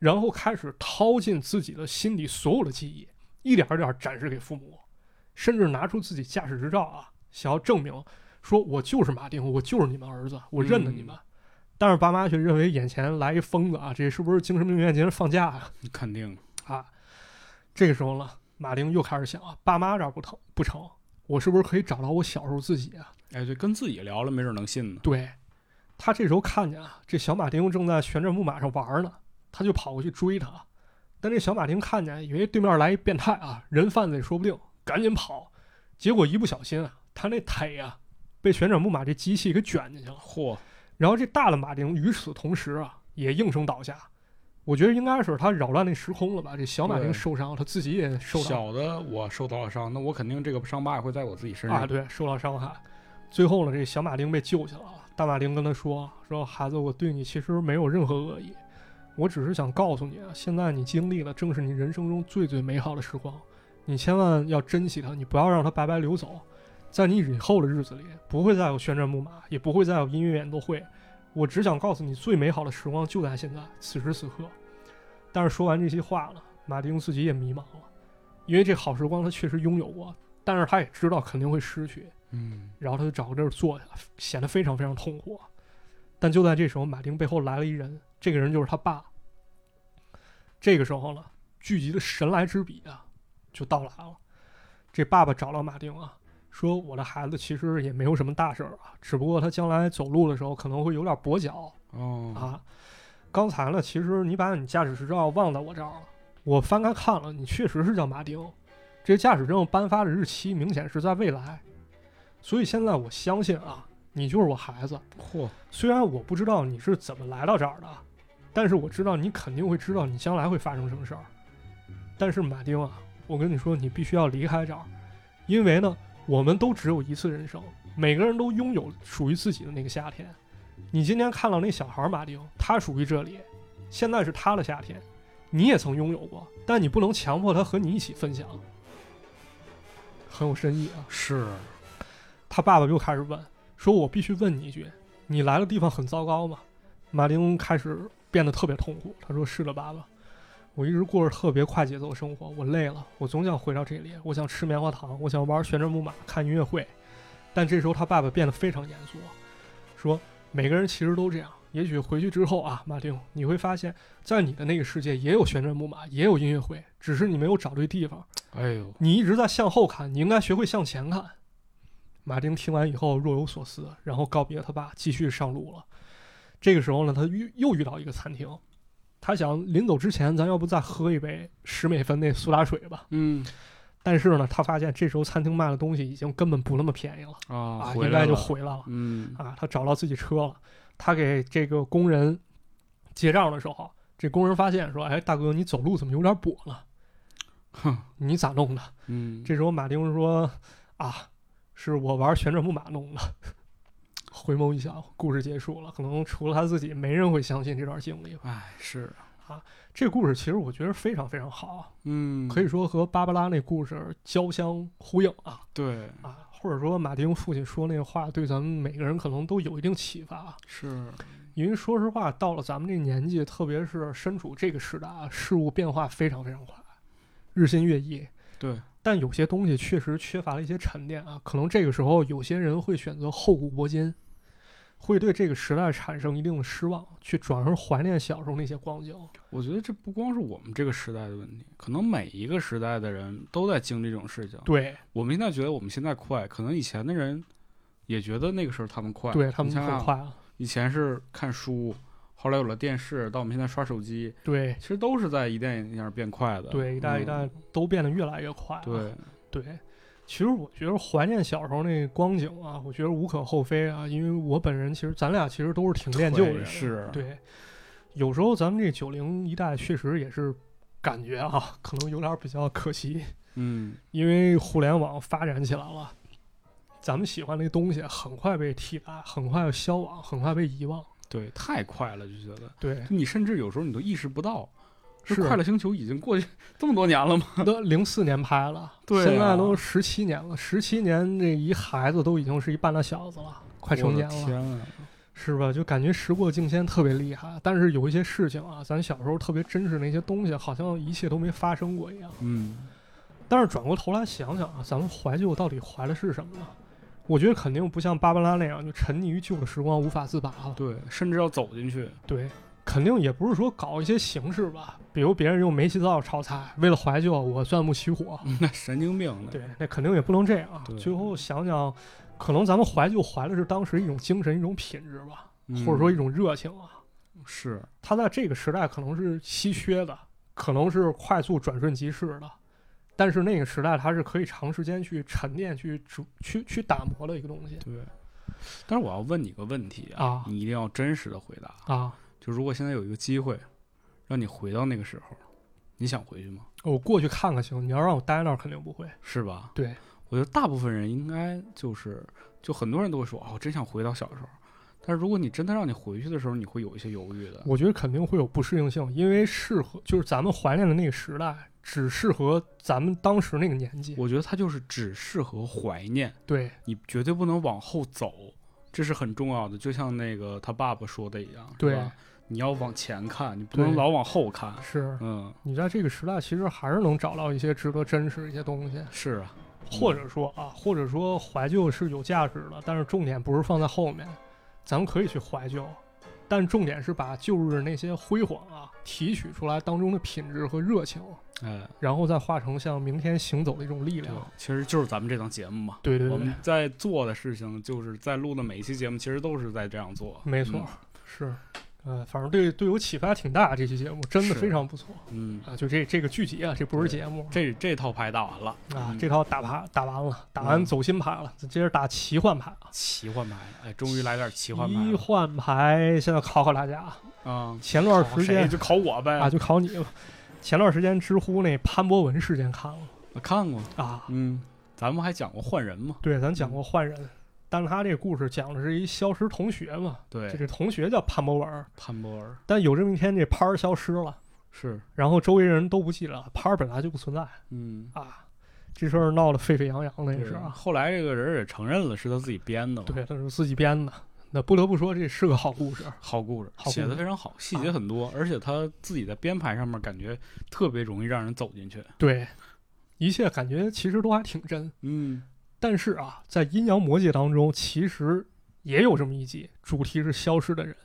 S2: 然后开始掏尽自己的心里所有的记忆，一点儿一点儿展示给父母，甚至拿出自己驾驶执照啊，想要证明说我就是马丁，我就是你们儿子，我认得你们。但是爸妈却认为眼前来一疯子啊，这是不是精神病院今天放假啊？
S1: 肯定
S2: 啊，这个时候呢，马丁又开始想啊，爸妈这儿不成不成，我是不是可以找到我小时候自己啊？
S1: 哎对，跟自己聊了没准能信呢，
S2: 对，他这时候看见啊，这小马丁正在旋转木马上玩呢，他就跑过去追他。但这小马丁看见，以为对面来一变态啊，人贩子也说不定，赶紧跑。结果一不小心啊，他那腿啊被旋转木马这机器给卷进去了。
S1: 嚯，
S2: 然后这大的马丁与此同时啊，也应声倒下。我觉得应该是他扰乱那时空了吧？这小马丁
S1: 对
S2: 受伤，他自己也受伤
S1: 小的我受到了伤，那我肯定这个伤疤也会在我自己身
S2: 啊，
S1: 上，
S2: 对，受到伤害。最后呢，这小马丁被救起来了。大马丁跟他说：“说孩子，我对你其实没有任何恶意，我只是想告诉你啊，现在你经历的正是你人生中最最美好的时光，你千万要珍惜它，你不要让它白白流走。在你以后的日子里，不会再有旋转木马，也不会再有音乐演奏会。我只想告诉你，最美好的时光就在现在，此时此刻。”但是说完这些话了，马丁自己也迷茫了，因为这好时光他确实拥有过，但是他也知道肯定会失去，
S1: 嗯，
S2: 然后他就找个地儿坐下，显得非常非常痛苦。但就在这时候，马丁背后来了一人，这个人就是他爸。这个时候呢，聚集的神来之笔啊，就到来了。这爸爸找到马丁啊，说我的孩子其实也没有什么大事儿啊，只不过他将来走路的时候可能会有点跛脚
S1: 哦，
S2: 啊。刚才呢，其实你把你驾驶执照忘在我这儿了，我翻开看了，你确实是叫马丁。这驾驶证颁发的日期明显是在未来，所以现在我相信啊，你就是我孩子。
S1: 嚯，
S2: 虽然我不知道你是怎么来到这儿的，但是我知道你肯定会知道你将来会发生什么事儿。但是马丁啊，我跟你说，你必须要离开这儿，因为呢，我们都只有一次人生，每个人都拥有属于自己的那个夏天。你今天看到那小孩马丁，他属于这里，现在是他的夏天，你也曾拥有过，但你不能强迫他和你一起分享。很有深意啊。
S1: 是
S2: 他爸爸又开始问，说我必须问你一句，你来的地方很糟糕吗？马丁开始变得特别痛苦，他说是的，爸爸，我一直过着特别快节奏的生活，我累了，我总想回到这里，我想吃棉花糖，我想玩旋转木马，看音乐会。但这时候他爸爸变得非常严肃，说每个人其实都这样。也许回去之后啊，马丁，你会发现在你的那个世界也有旋转木马，也有音乐会，只是你没有找对地方。
S1: 哎呦，
S2: 你一直在向后看，你应该学会向前看。马丁听完以后若有所思，然后告别他爸，继续上路了。这个时候呢，他遇又遇到一个餐厅，他想临走之前，咱要不再喝一杯十美分那苏打水吧？
S1: 嗯
S2: 但是呢，他发现这时候餐厅卖的东西已经根本不那么便宜了
S1: 啊
S2: 啊，，
S1: 回
S2: 应
S1: 来
S2: 该就
S1: 了，
S2: 回来了。
S1: 嗯，
S2: 啊，他找到自己车了。他给这个工人结账的时候，这工人发现说：“哎，大哥，你走路怎么有点跛了？
S1: 哼，
S2: 你咋弄的？”
S1: 嗯，
S2: 这时候马丁说：“啊，是我玩旋转木马弄的。” 回眸一笑，故事结束了。可能除了他自己，没人会相信这段经历吧。
S1: 哎是，
S2: 这个故事其实我觉得非常非常好啊，
S1: 嗯，
S2: 可以说和芭芭拉那故事交相呼应啊
S1: 对，
S2: 啊，或者说马丁父亲说那话，对咱们每个人可能都有一定启发啊。
S1: 是，
S2: 因为说实话，到了咱们这年纪，特别是身处这个时代啊，事物变化非常非常快，日新月异。
S1: 对，
S2: 但有些东西确实缺乏了一些沉淀啊，可能这个时候有些人会选择厚古薄今，会对这个时代产生一定的失望，去转而怀念小时候那些光景。
S1: 我觉得这不光是我们这个时代的问题，可能每一个时代的人都在经历这种事情。
S2: 对，
S1: 我们现在觉得我们现在快，可能以前的人也觉得那个时候他们快。
S2: 对他们
S1: 你想想
S2: 很快啊，
S1: 以前是看书，后来有了电视，到我们现在刷手机，
S2: 对
S1: 其实都是在一代一代变快的。
S2: 对，一代一代
S1: 嗯
S2: 都变得越来越快、啊。
S1: 对，
S2: 对，其实我觉得怀念小时候那光景啊，我觉得无可厚非啊，因为我本人其实咱俩其实都是挺恋旧的
S1: 对
S2: 人，
S1: 是
S2: 对。有时候咱们这九零一代确实也是感觉啊，可能有点比较可惜，
S1: 嗯，
S2: 因为互联网发展起来了，咱们喜欢那东西很快被替代，很快消亡，很快被遗忘。
S1: 对，太快了，就觉得
S2: 对，
S1: 你甚至有时候你都意识不到，这
S2: 是
S1: 快乐星球已经过去 这么多年了吗？
S2: 都零四年拍了，
S1: 对啊
S2: 现在都十七年了，十七年这一孩子都已经是一半大小子了，快成年
S1: 我的
S2: 了。
S1: 天啊！
S2: 是吧？就感觉时过境迁特别厉害，但是有一些事情啊，咱小时候特别珍视那些东西，好像一切都没发生过一样。
S1: 嗯，
S2: 但是转过头来想想啊，咱们怀旧到底怀的是什么呢？我觉得肯定不像芭芭拉那样就沉溺于旧的时光无法自拔了。
S1: 对，甚至要走进去，
S2: 对，肯定也不是说搞一些形式吧，比如别人用煤气灶炒菜，为了怀旧我钻木取火，
S1: 那神经病的。
S2: 对，那肯定也不能这样啊
S1: 嗯对。
S2: 最后想想，可能咱们怀旧怀的是当时一种精神、一种品质吧，
S1: 嗯
S2: 或者说一种热情啊。
S1: 是，
S2: 它在这个时代可能是稀缺的，可能是快速转瞬即逝的，但是那个时代它是可以长时间去沉淀、去煮、去去打磨的一个东西
S1: 对。但是我要问你个问题
S2: 啊
S1: 你一定要真实的回答。
S2: 啊！
S1: 就如果现在有一个机会，让你回到那个时候，你想回去吗？
S2: 我过去看看行，你要让我待那儿肯定不会。
S1: 是吧？
S2: 对，
S1: 我觉得大部分人应该就是，就很多人都会说，哦，我真想回到小时候。但是如果你真的让你回去的时候，你会有一些犹豫的。
S2: 我觉得肯定会有不适应性，因为适合就是咱们怀念的那个时代，只适合咱们当时那个年纪。
S1: 我觉得它就是只适合怀念，
S2: 对
S1: 你绝对不能往后走，这是很重要的。就像那个他爸爸说的一样，是
S2: 对
S1: 吧？你要往前看，你不能
S2: 对
S1: 老往后看。
S2: 是
S1: 嗯，
S2: 你在这个时代，其实还是能找到一些值得珍视的一些东西。
S1: 是啊，
S2: 或者说啊，或者说怀旧是有价值的，但是重点不是放在后面，咱们可以去怀旧，但重点是把旧日那些辉煌啊提取出来当中的品质和热情，
S1: 哎，
S2: 然后再化成向明天行走的一种力
S1: 对
S2: 量。，
S1: 其实就是咱们这档节目嘛。
S2: 对对
S1: 我
S2: 对
S1: 们在做的事情，就是在录的每一期节目，其实都是在这样做。嗯
S2: 没错，是，呃，反正对对我启发挺大，这期节目真
S1: 是
S2: 的非常不错
S1: 嗯，嗯，
S2: 啊！就这这个剧集啊，这不是节目
S1: 这这套牌打完了
S2: 啊
S1: 嗯，
S2: 这套打牌打完了，打完
S1: 嗯
S2: 走心牌了，接着打奇幻牌啊。
S1: 奇幻牌，哎，终于来点奇幻牌
S2: 奇
S1: 了
S2: 幻牌，现在考考大家啊！
S1: 啊！
S2: 前段时
S1: 考谁
S2: 间
S1: 就考我呗，
S2: 啊，就考你了。前段时间知乎那潘博文事件看了
S1: 我看过，
S2: 啊，
S1: 嗯，咱们还讲过换人嘛，
S2: 对，咱讲过换人，但是他这故事讲的是一消失同学嘛，这
S1: 对，
S2: 个同学叫潘博文，
S1: 潘博尔
S2: 但有这么一天这潘儿消失了，
S1: 是，
S2: 然后周围人都不记得了，潘儿本来就不存在
S1: 嗯，
S2: 啊，这事儿闹得沸沸扬扬的也是
S1: 对
S2: 啊，
S1: 后来这个人也承认了是他自己编的嘛，
S2: 对，他是自己编的，那不得不说这是个好故事，
S1: 好故事，
S2: 好故事啊
S1: 写的非常好，细节很多，而且他自己在编排上面感觉特别容易让人走进去，
S2: 对，一切感觉其实都还挺真，
S1: 嗯，
S2: 但是啊，在阴阳魔界当中，其实也有这么一集，主题是消失的人，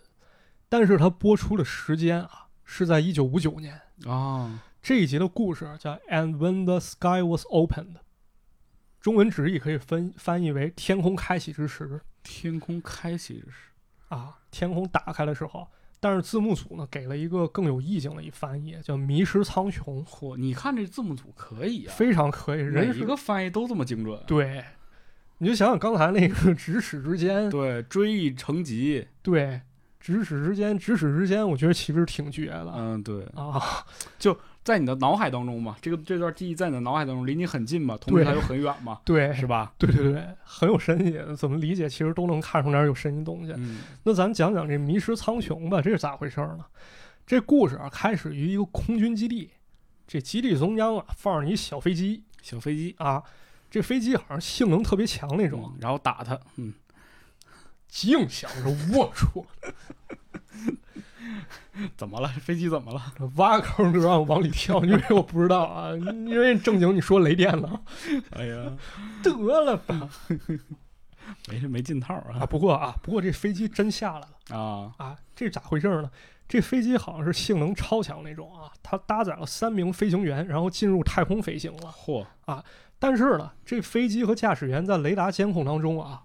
S2: 但是它播出的时间啊是在一九五九年。
S1: 啊，
S2: 这一集的故事啊叫《And When the Sky Was Opened》，中文直译可以翻翻译为“天空开启之时
S1: 天空开启之时，”
S2: 啊，天空打开的时候。但是字幕组呢给了一个更有意境的一翻译，叫“迷失苍穹
S1: 嚯，你看这字幕组可以”，啊，
S2: 非常可以。
S1: 每
S2: 人
S1: 一
S2: 是
S1: 个翻译都这么精准，
S2: 对，你就想想刚才那个 咫尺之间，
S1: 对，追忆成疾，
S2: 对，咫尺之间，咫尺之间，我觉得其实挺绝的、
S1: 嗯，对。
S2: 啊。
S1: 在你的脑海当中嘛，这个这段记忆在你的脑海当中离你很近嘛，同时
S2: 对哎
S1: 它又很远 嘛，
S2: 对，
S1: 是吧？
S2: 对对对，很有深意，怎么理解其实都能看出点有深意东西。
S1: 嗯
S2: 那咱讲讲这迷失苍穹吧，这是咋回事儿呢？这故事啊，开始于一个空军基地，这基地中央啊放着一小飞机
S1: 小飞机
S2: 啊，这飞机好像性能特别强那
S1: 那
S2: 种，
S1: 然后打他，嗯，
S2: 净想着龌龊，
S1: 怎么了？飞机怎么了？
S2: 挖个坑就让我往里跳，因为我不知道啊， 因为正经你说雷电了，
S1: 哎呀，
S2: 得了吧。
S1: 没没进套
S2: 啊。
S1: 啊
S2: 不过啊，不过这飞机真下来了
S1: 啊
S2: 啊，这咋回事儿呢？这飞机好像是性能超强那种啊，它搭载了三名飞行员，然后进入太空飞行了。
S1: 啊嚯
S2: 但是呢，这飞机和驾驶员在雷达监控当中啊，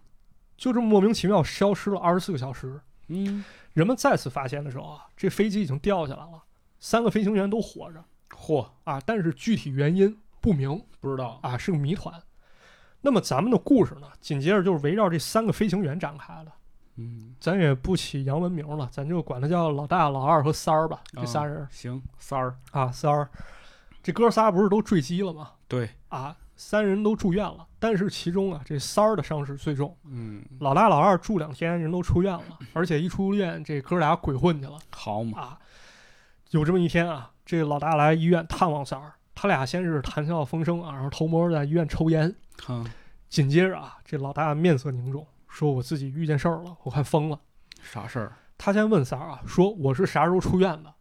S2: 就这么莫名其妙消失了二十四个小时。
S1: 嗯
S2: 人们再次发现的时候啊，这飞机已经掉下来了，三个飞行员都活着
S1: 嚯，
S2: 啊，但是具体原因不明
S1: 不知道
S2: 啊，是个谜团。那么咱们的故事呢，紧接着就是围绕这三个飞行员展开的。
S1: 嗯
S2: 咱也不起洋文名了，咱就管他叫老大、老二和三儿吧，这仨人
S1: 行三儿
S2: 啊三儿，这哥仨不是都坠机了吗？
S1: 对
S2: 啊，三人都住院了，但是其中啊，这三儿的伤势最重，
S1: 嗯
S2: 老大、老二住两天，人都出院了，而且一出院，这哥俩鬼混去了
S1: 好嘛
S2: 啊。有这么一天啊，这老大来医院探望三儿，他俩先是谈笑风生啊，然后偷摸在医院抽烟，
S1: 嗯
S2: 紧接着啊，这老大面色凝重，说我自己遇见事儿了，我快疯了。
S1: 啥事儿
S2: 他先问三儿啊，说我是啥时候出院的？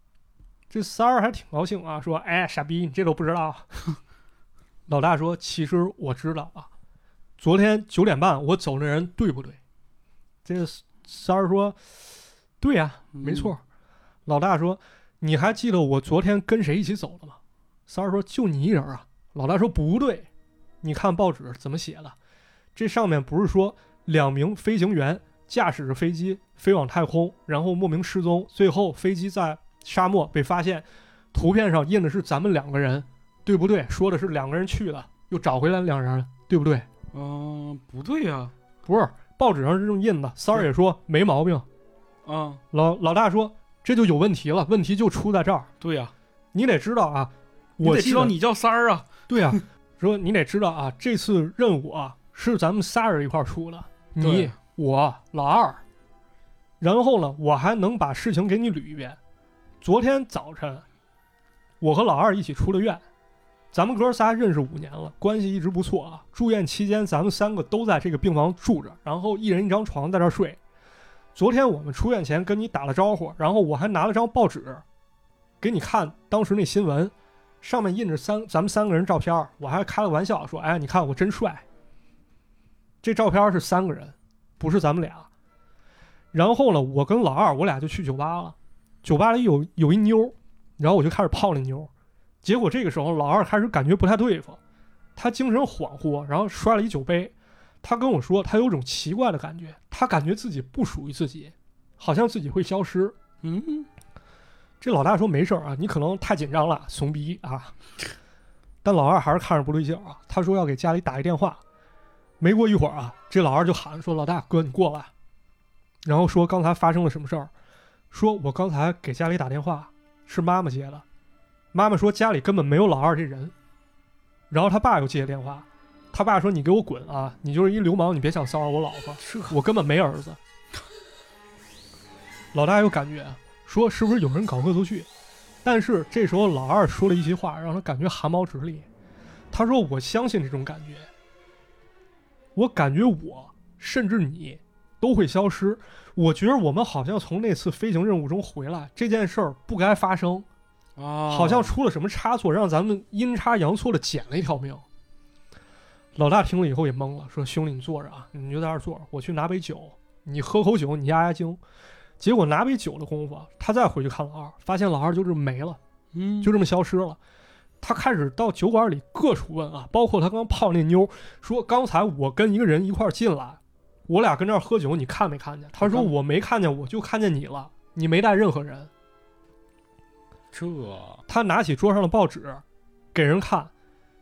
S2: 这三儿还挺高兴啊，说哎傻逼，你这都不知道。啊 老大说其实我知道啊，昨天九点半我走的人对不对？这三儿说对啊呀、没错。老大说你还记得我昨天跟谁一起走的吗？三儿说就你一人啊。老大说不对，你看报纸怎么写的？这上面不是说两名飞行员驾驶着飞机飞往太空，然后莫名失踪，最后飞机在沙漠被发现。图片上印的是咱们两个人，对不对？说的是两个人去的，又找回来两人，对不对？
S1: 嗯、不对呀
S2: 不是，报纸上是这么印的。三儿也说没毛病。
S1: 啊、嗯
S2: 老老大说这就有问题了，问题就出在这儿。
S1: 对呀、
S2: 你得知道啊，
S1: 我
S2: 我
S1: 得
S2: 记
S1: 知道
S2: 得
S1: 你叫三儿啊
S2: 对 啊，说你得知道啊，这次任务啊是咱们仨人一块儿出的，你
S1: 对
S2: 我老二，然后呢，我还能把事情给你捋一遍。昨天早晨，我和老二一起出的院，咱们哥仨认识五年了，关系一直不错啊。住院期间，咱们三个都在这个病房住着，然后一人一张床在这儿睡。昨天我们出院前跟你打了招呼，然后我还拿了张报纸给你看当时那新闻，上面印着三咱们三个人照片儿，我还开了玩笑说：“哎，你看我真帅。”这照片儿是三个人，不是咱们俩。然后呢，我跟老二我俩就去酒吧了，酒吧里有有一妞儿，然后我就开始泡那妞儿。结果这个时候老二开始感觉不太对付，他精神恍惚，然后摔了一酒杯。他跟我说，他有种奇怪的感觉，他感觉自己不属于自己，好像自己会消失。
S1: 嗯
S2: 这老大说没事儿啊，你可能太紧张了，怂逼啊。但老二还是看着不对劲儿啊，他说要给家里打一电话。没过一会儿啊，这老二就喊说：“老大哥，你过来。”然后说刚才发生了什么事儿？说我刚才给家里打电话，是妈妈接的。妈妈说家里根本没有老二这人。然后他爸又接电话，他爸说：“你给我滚啊！你就是一流氓，你别想骚扰我老婆。”
S1: 这
S2: 我根本没儿子。老大有感觉，啊说是不是有人搞恶作剧？但是这时候老二说了一席话，让他感觉汗毛直立。他说：“我相信这种感觉，我感觉我甚至你都会消失。我觉得我们好像从那次飞行任务中回来，这件事儿不该发生，
S1: 啊
S2: 好像出了什么差错，让咱们阴差阳错的捡了一条命。”老大听了以后也懵了，说：“兄弟，你坐着啊，你就在这儿坐着，我去拿杯酒，你喝口酒，你压压惊。”结果拿杯酒的功夫啊，他再回去看老二，发现老二就这么没了，
S1: 嗯
S2: 就这么消失了。他开始到酒馆里各处问啊，包括他刚泡那妞，说刚才我跟一个人一块儿进来，我俩跟这儿喝酒，你看没看见？他说
S1: 我看
S2: 我没看见，我就看见你了，你没带任何人。
S1: 这
S2: 他拿起桌上的报纸给人看，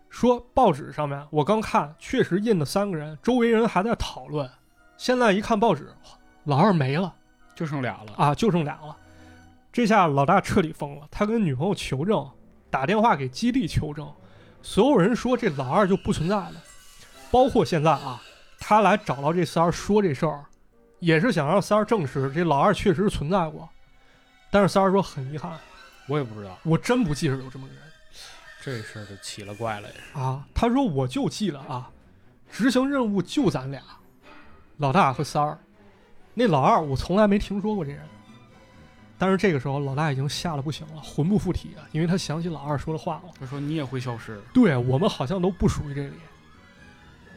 S2: 说报纸上面啊我刚看确实印的三个人，周围人还在讨论。现在一看报纸，老二没了
S1: 就剩俩了
S2: 啊，就剩俩了。这下老大彻底疯了，他跟女朋友求证，打电话给基地求证，所有人说这老二就不存在了，包括现在啊，他来找到这三儿说这事儿，也是想让三儿证实这老二确实是存在过，但是三儿说很遗憾，
S1: 我也不知道
S2: 我真不记着有这么个人。
S1: 这事儿就奇了怪了也是
S2: 啊，他说我就记得啊，执行任务就咱俩，老大和三儿。那老二我从来没听说过这人。但是这个时候，老大已经吓得不行了，魂不附体啊，因为他想起老二说的话了。
S1: 他说你也会消失
S2: 对我们好像都不属于这里。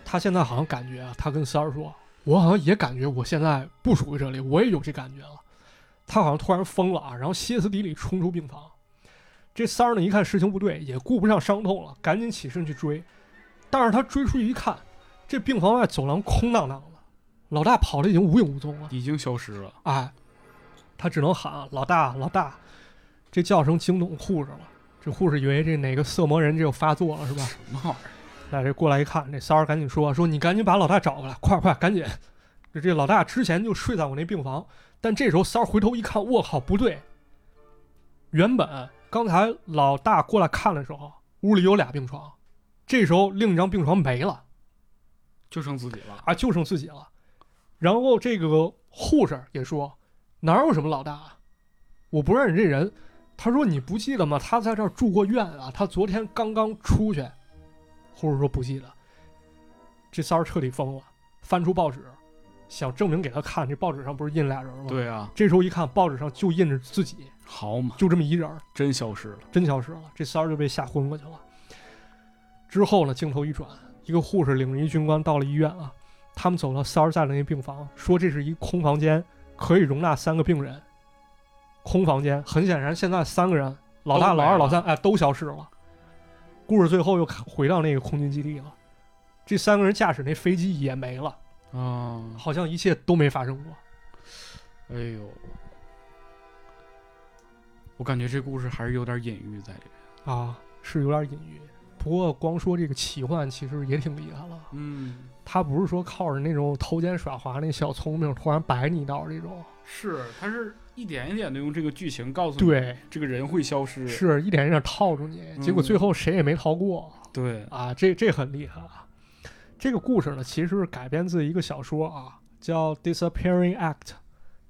S2: 他现在好像感觉啊，他跟三儿说：“我好像也感觉我现在不属于这里，我也有这感觉了。他好像突然疯了啊，然后歇斯底里冲出病房。这三儿呢，一看事情不对，也顾不上伤痛了，赶紧起身去追。但是他追出去一看，这病房外走廊空荡荡的，老大跑的已经无影无踪了。
S1: 已经消失了。
S2: 哎，他只能喊啊老大，老大。这叫声惊动护士了。这护士以为这哪个色魔人这又发作了是吧？
S1: 什么玩意儿？
S2: 那这过来一看，这三儿赶紧说说你赶紧把老大找过来，快快赶紧！这这老大之前就睡在我那病房，但这时候三儿回头一看，我靠，不对！原本刚才老大过来看的时候，屋里有俩病床，这时候另一张病床没了。
S1: 就剩自己了。
S2: 啊，就剩自己了。然后这个护士也说，哪有什么老大，啊，我不认识这人。他说你不记得吗？他在这儿住过院啊，他昨天刚刚出去。护士说不记得。这三儿彻底疯了，翻出报纸，想证明给他看，这报纸上不是印俩人吗？。
S1: 对啊，
S2: 这时候一看，报纸上就印着自己，
S1: 好嘛，
S2: 就这么一人儿。
S1: 真消失了。
S2: 真消失了，这三儿就被吓昏过去了。之后呢，镜头一转，一个护士领着一军官到了医院啊，他们走到三儿在的那病房，说这是一空房间，可以容纳三个病人。空房间，很显然现在三个人，老大、
S1: 都没
S2: 老二、
S1: 了
S2: 老三，哎，都消失了。故事最后又看回到那个空军基地了，这三个人驾驶那飞机也没了，
S1: 啊，
S2: 好像一切都没发生过。
S1: 哎呦，我感觉这故事还是有点隐喻在里面。
S2: 啊，是有点隐喻。不过光说这个奇幻，其实也挺厉害了。
S1: 嗯，
S2: 他不是说靠着那种偷奸耍滑那小聪明突然摆你一道这种，
S1: 嗯是，它是一点一点的用这个剧情告诉你，
S2: 对，
S1: 这个人会消失。
S2: 是一点一点套住你，结果
S1: 嗯
S2: 最后谁也没逃过
S1: 对，
S2: 啊，这这很厉害啊。这个故事呢，其实是改编自一个小说啊，叫《Disappearing Act》，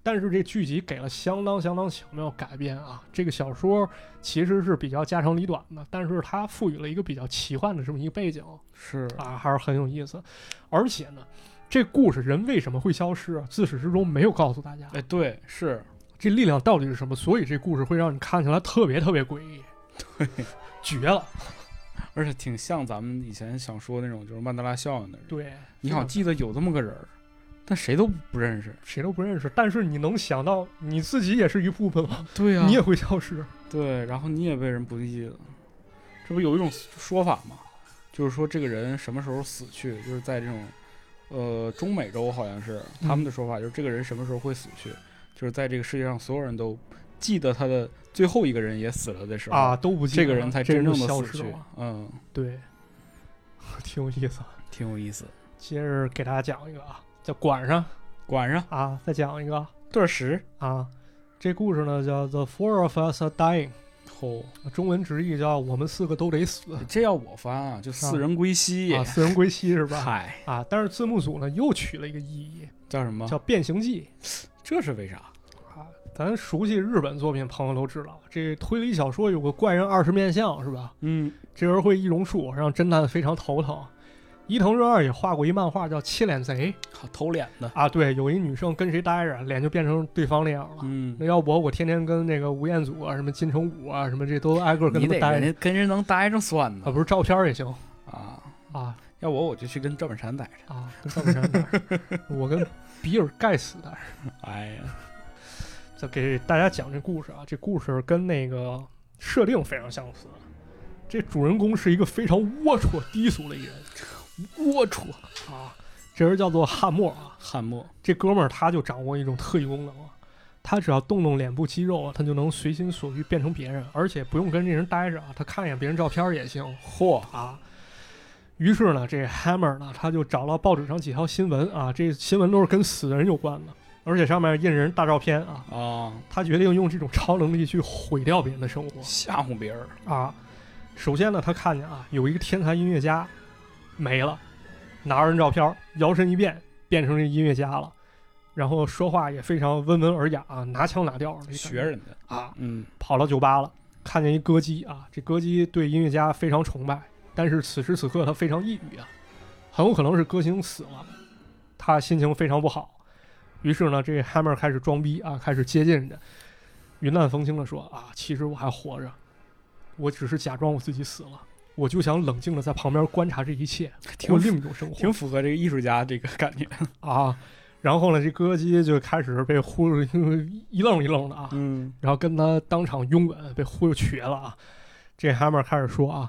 S2: 但是这剧集给了相当相当巧妙改编啊。这个小说其实是比较家长里短的，但是它赋予了一个比较奇幻的这么一个背景，
S1: 是
S2: 啊，还是很有意思。而且呢，这故事人为什么会消失啊，自始至终没有告诉大家。
S1: 哎，对，是，
S2: 这力量到底是什么？所以这故事会让你看起来特别特别诡 异，对，绝了，
S1: 而且挺像咱们以前想说那种就是曼德拉效应的人。
S2: 对，
S1: 你好，
S2: 真的
S1: 记得有这么个人儿，但谁都不认识。
S2: 谁都不认识，但是你能想到你自己也是一部分吗？
S1: 对啊呀、
S2: 你也会消失
S1: 对，然后你也被人不记得，这不有一种说法吗？就是说这个人什么时候死去，就是在这种，呃，中美洲好像是他
S2: 嗯
S1: 们的说法，就是这个人什么时候会死去，就是在这个世界上所有人都记得他的最后一个人也死了的时候，
S2: 啊，都不记得
S1: 这个人才真正的
S2: 这人就消
S1: 死
S2: 失
S1: 去
S2: 了，。
S1: 嗯，
S2: 对， 挺有意思。
S1: 挺有意思。
S2: 接着给大家讲一个啊，在管上
S1: 管上
S2: 啊，再讲一个
S1: 顿时，
S2: 啊，这故事呢叫《The Four of Us Are Dying》。
S1: 吼、
S2: 中文直译叫“我们四个都得死
S1: 呃这要我翻啊，就四人归”，西，
S2: 啊，四人归西是吧？
S1: 嗨，
S2: 啊，但是字幕组呢又取了一个 E，意义，
S1: 叫什么？
S2: 叫“变形记
S1: 这是为啥？”
S2: 啊。咱熟悉日本作品，朋友都知道，这推理小说有个怪人二十面相是吧？
S1: 嗯，
S2: 这人会易容术，让侦探非常头疼。伊藤润二也画过一漫画叫《切脸贼
S1: 好偷脸的》。
S2: 啊，对，有一女生跟谁待着，脸就变成对方那样了。
S1: 嗯
S2: 啊那，要不我天天跟那个吴彦祖啊、什么金城武啊、什么这都挨个跟
S1: 你
S2: 他
S1: 得
S2: 们待着
S1: 人跟人能待着算
S2: 啊，
S1: 呢
S2: 不是照片儿也行
S1: 啊！
S2: 啊，
S1: 要我我就去跟赵本山待着。
S2: 啊，跟赵本山哪 儿我跟比尔盖茨那儿。
S1: 哎呀，
S2: 再给大家讲这故事啊，这故事跟那个设定非常相似。这主人公是一个非常龌龊低俗的一人
S1: 龌龊！
S2: 啊，这人叫做汉默啊。
S1: 汉末
S2: 这哥们儿他就掌握一种特异功能啊，他只要动动脸部肌肉啊，他就能随心所欲变成别人，而且不用跟这人待着啊，他看一眼别人照片儿也行。
S1: 嚯，
S2: 啊。于是呢，这 Hammer 呢，他就找到报纸上几条新闻啊，这新闻都是跟死人有关的，而且上面印人大照片啊。
S1: 啊，
S2: 他决定用这种超能力去毁掉别人的生活
S1: 吓唬别人
S2: 啊。首先呢，他看见啊，有一个天才音乐家没了，拿着人照片儿，摇身一变变成这音乐家了，然后说话也非常温文尔雅啊，拿腔拿调儿，这感觉
S1: 学人的。
S2: 啊。
S1: 嗯，
S2: 跑到酒吧了，看见一歌姬啊，这歌姬对音乐家非常崇拜，但是此时此刻她非常抑郁啊，很有可能是歌星死了，她心情非常不好。于是呢，这个 Hammer 开始装逼啊，开始接近人家，云淡风轻的说啊，其实我还活着，我只是假装我自己死了。我就想冷静的在旁边观察这一切，
S1: 挺
S2: 过另一种生活，
S1: 挺符合这个艺术家这个感觉。
S2: 啊。然后呢，这歌姬就开始被忽悠 一愣一愣的啊，
S1: 嗯
S2: 然后跟他当场拥吻，被忽悠瘸了啊。这 Hammer 开始说啊，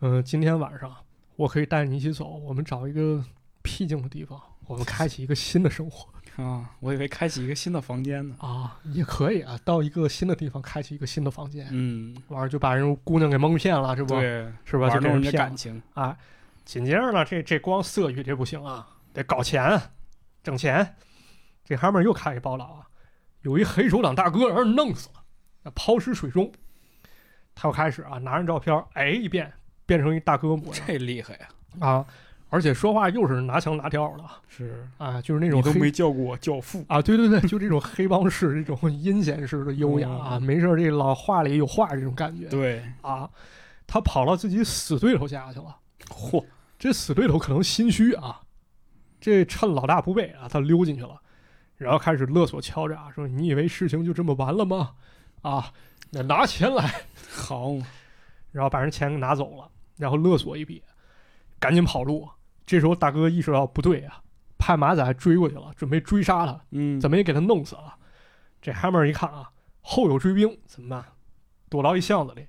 S2: 嗯、今天晚上我可以带你一起走，我们找一个僻静的地方，我们开启一个新的 生活
S1: 啊，我以为开启一个新的房间呢。
S2: 啊，也可以啊，到一个新的地方开启一个新的房间，
S1: 嗯，
S2: 完了就把人姑娘给蒙骗了，这不
S1: 对，
S2: 是吧？
S1: 玩
S2: 就
S1: 弄人
S2: 给
S1: 家
S2: 骗了
S1: 感情。
S2: 啊。紧接着呢，这这光色欲这不行啊，得搞钱，整钱。这 Hammer 又开始包揽啊，有一黑手党大哥让人弄死了，那抛尸水中。他又开始啊，拿人照片，哎一变，变成一大哥模 样
S1: 这厉害呀、
S2: 啊，而且说话又是拿腔拿调的
S1: 是
S2: 啊，就是那
S1: 那
S2: 种黑
S1: 叫过我教父，
S2: 啊，对对对，就这种黑帮式这种阴险式的优雅啊，没事儿这老话里有话这种感觉
S1: 对，
S2: 啊。他跑到自己死对头家去了。
S1: 嚯，
S2: 这死对头可能心虚啊，这趁老大不备啊，他溜进去了，然后开始勒索敲诈，说你以为事情就这么完了吗？啊，那拿钱来，
S1: 好嘛，
S2: 然后把人钱给拿走了，然后勒索一笔，赶紧跑路。这时候大哥意识到不对啊，派马仔追过去了，准备追杀他，
S1: 嗯，
S2: 怎
S1: 么
S2: 么也给他弄死了。这 Hammer 一看啊，后有追兵，怎么办？躲到一巷子里，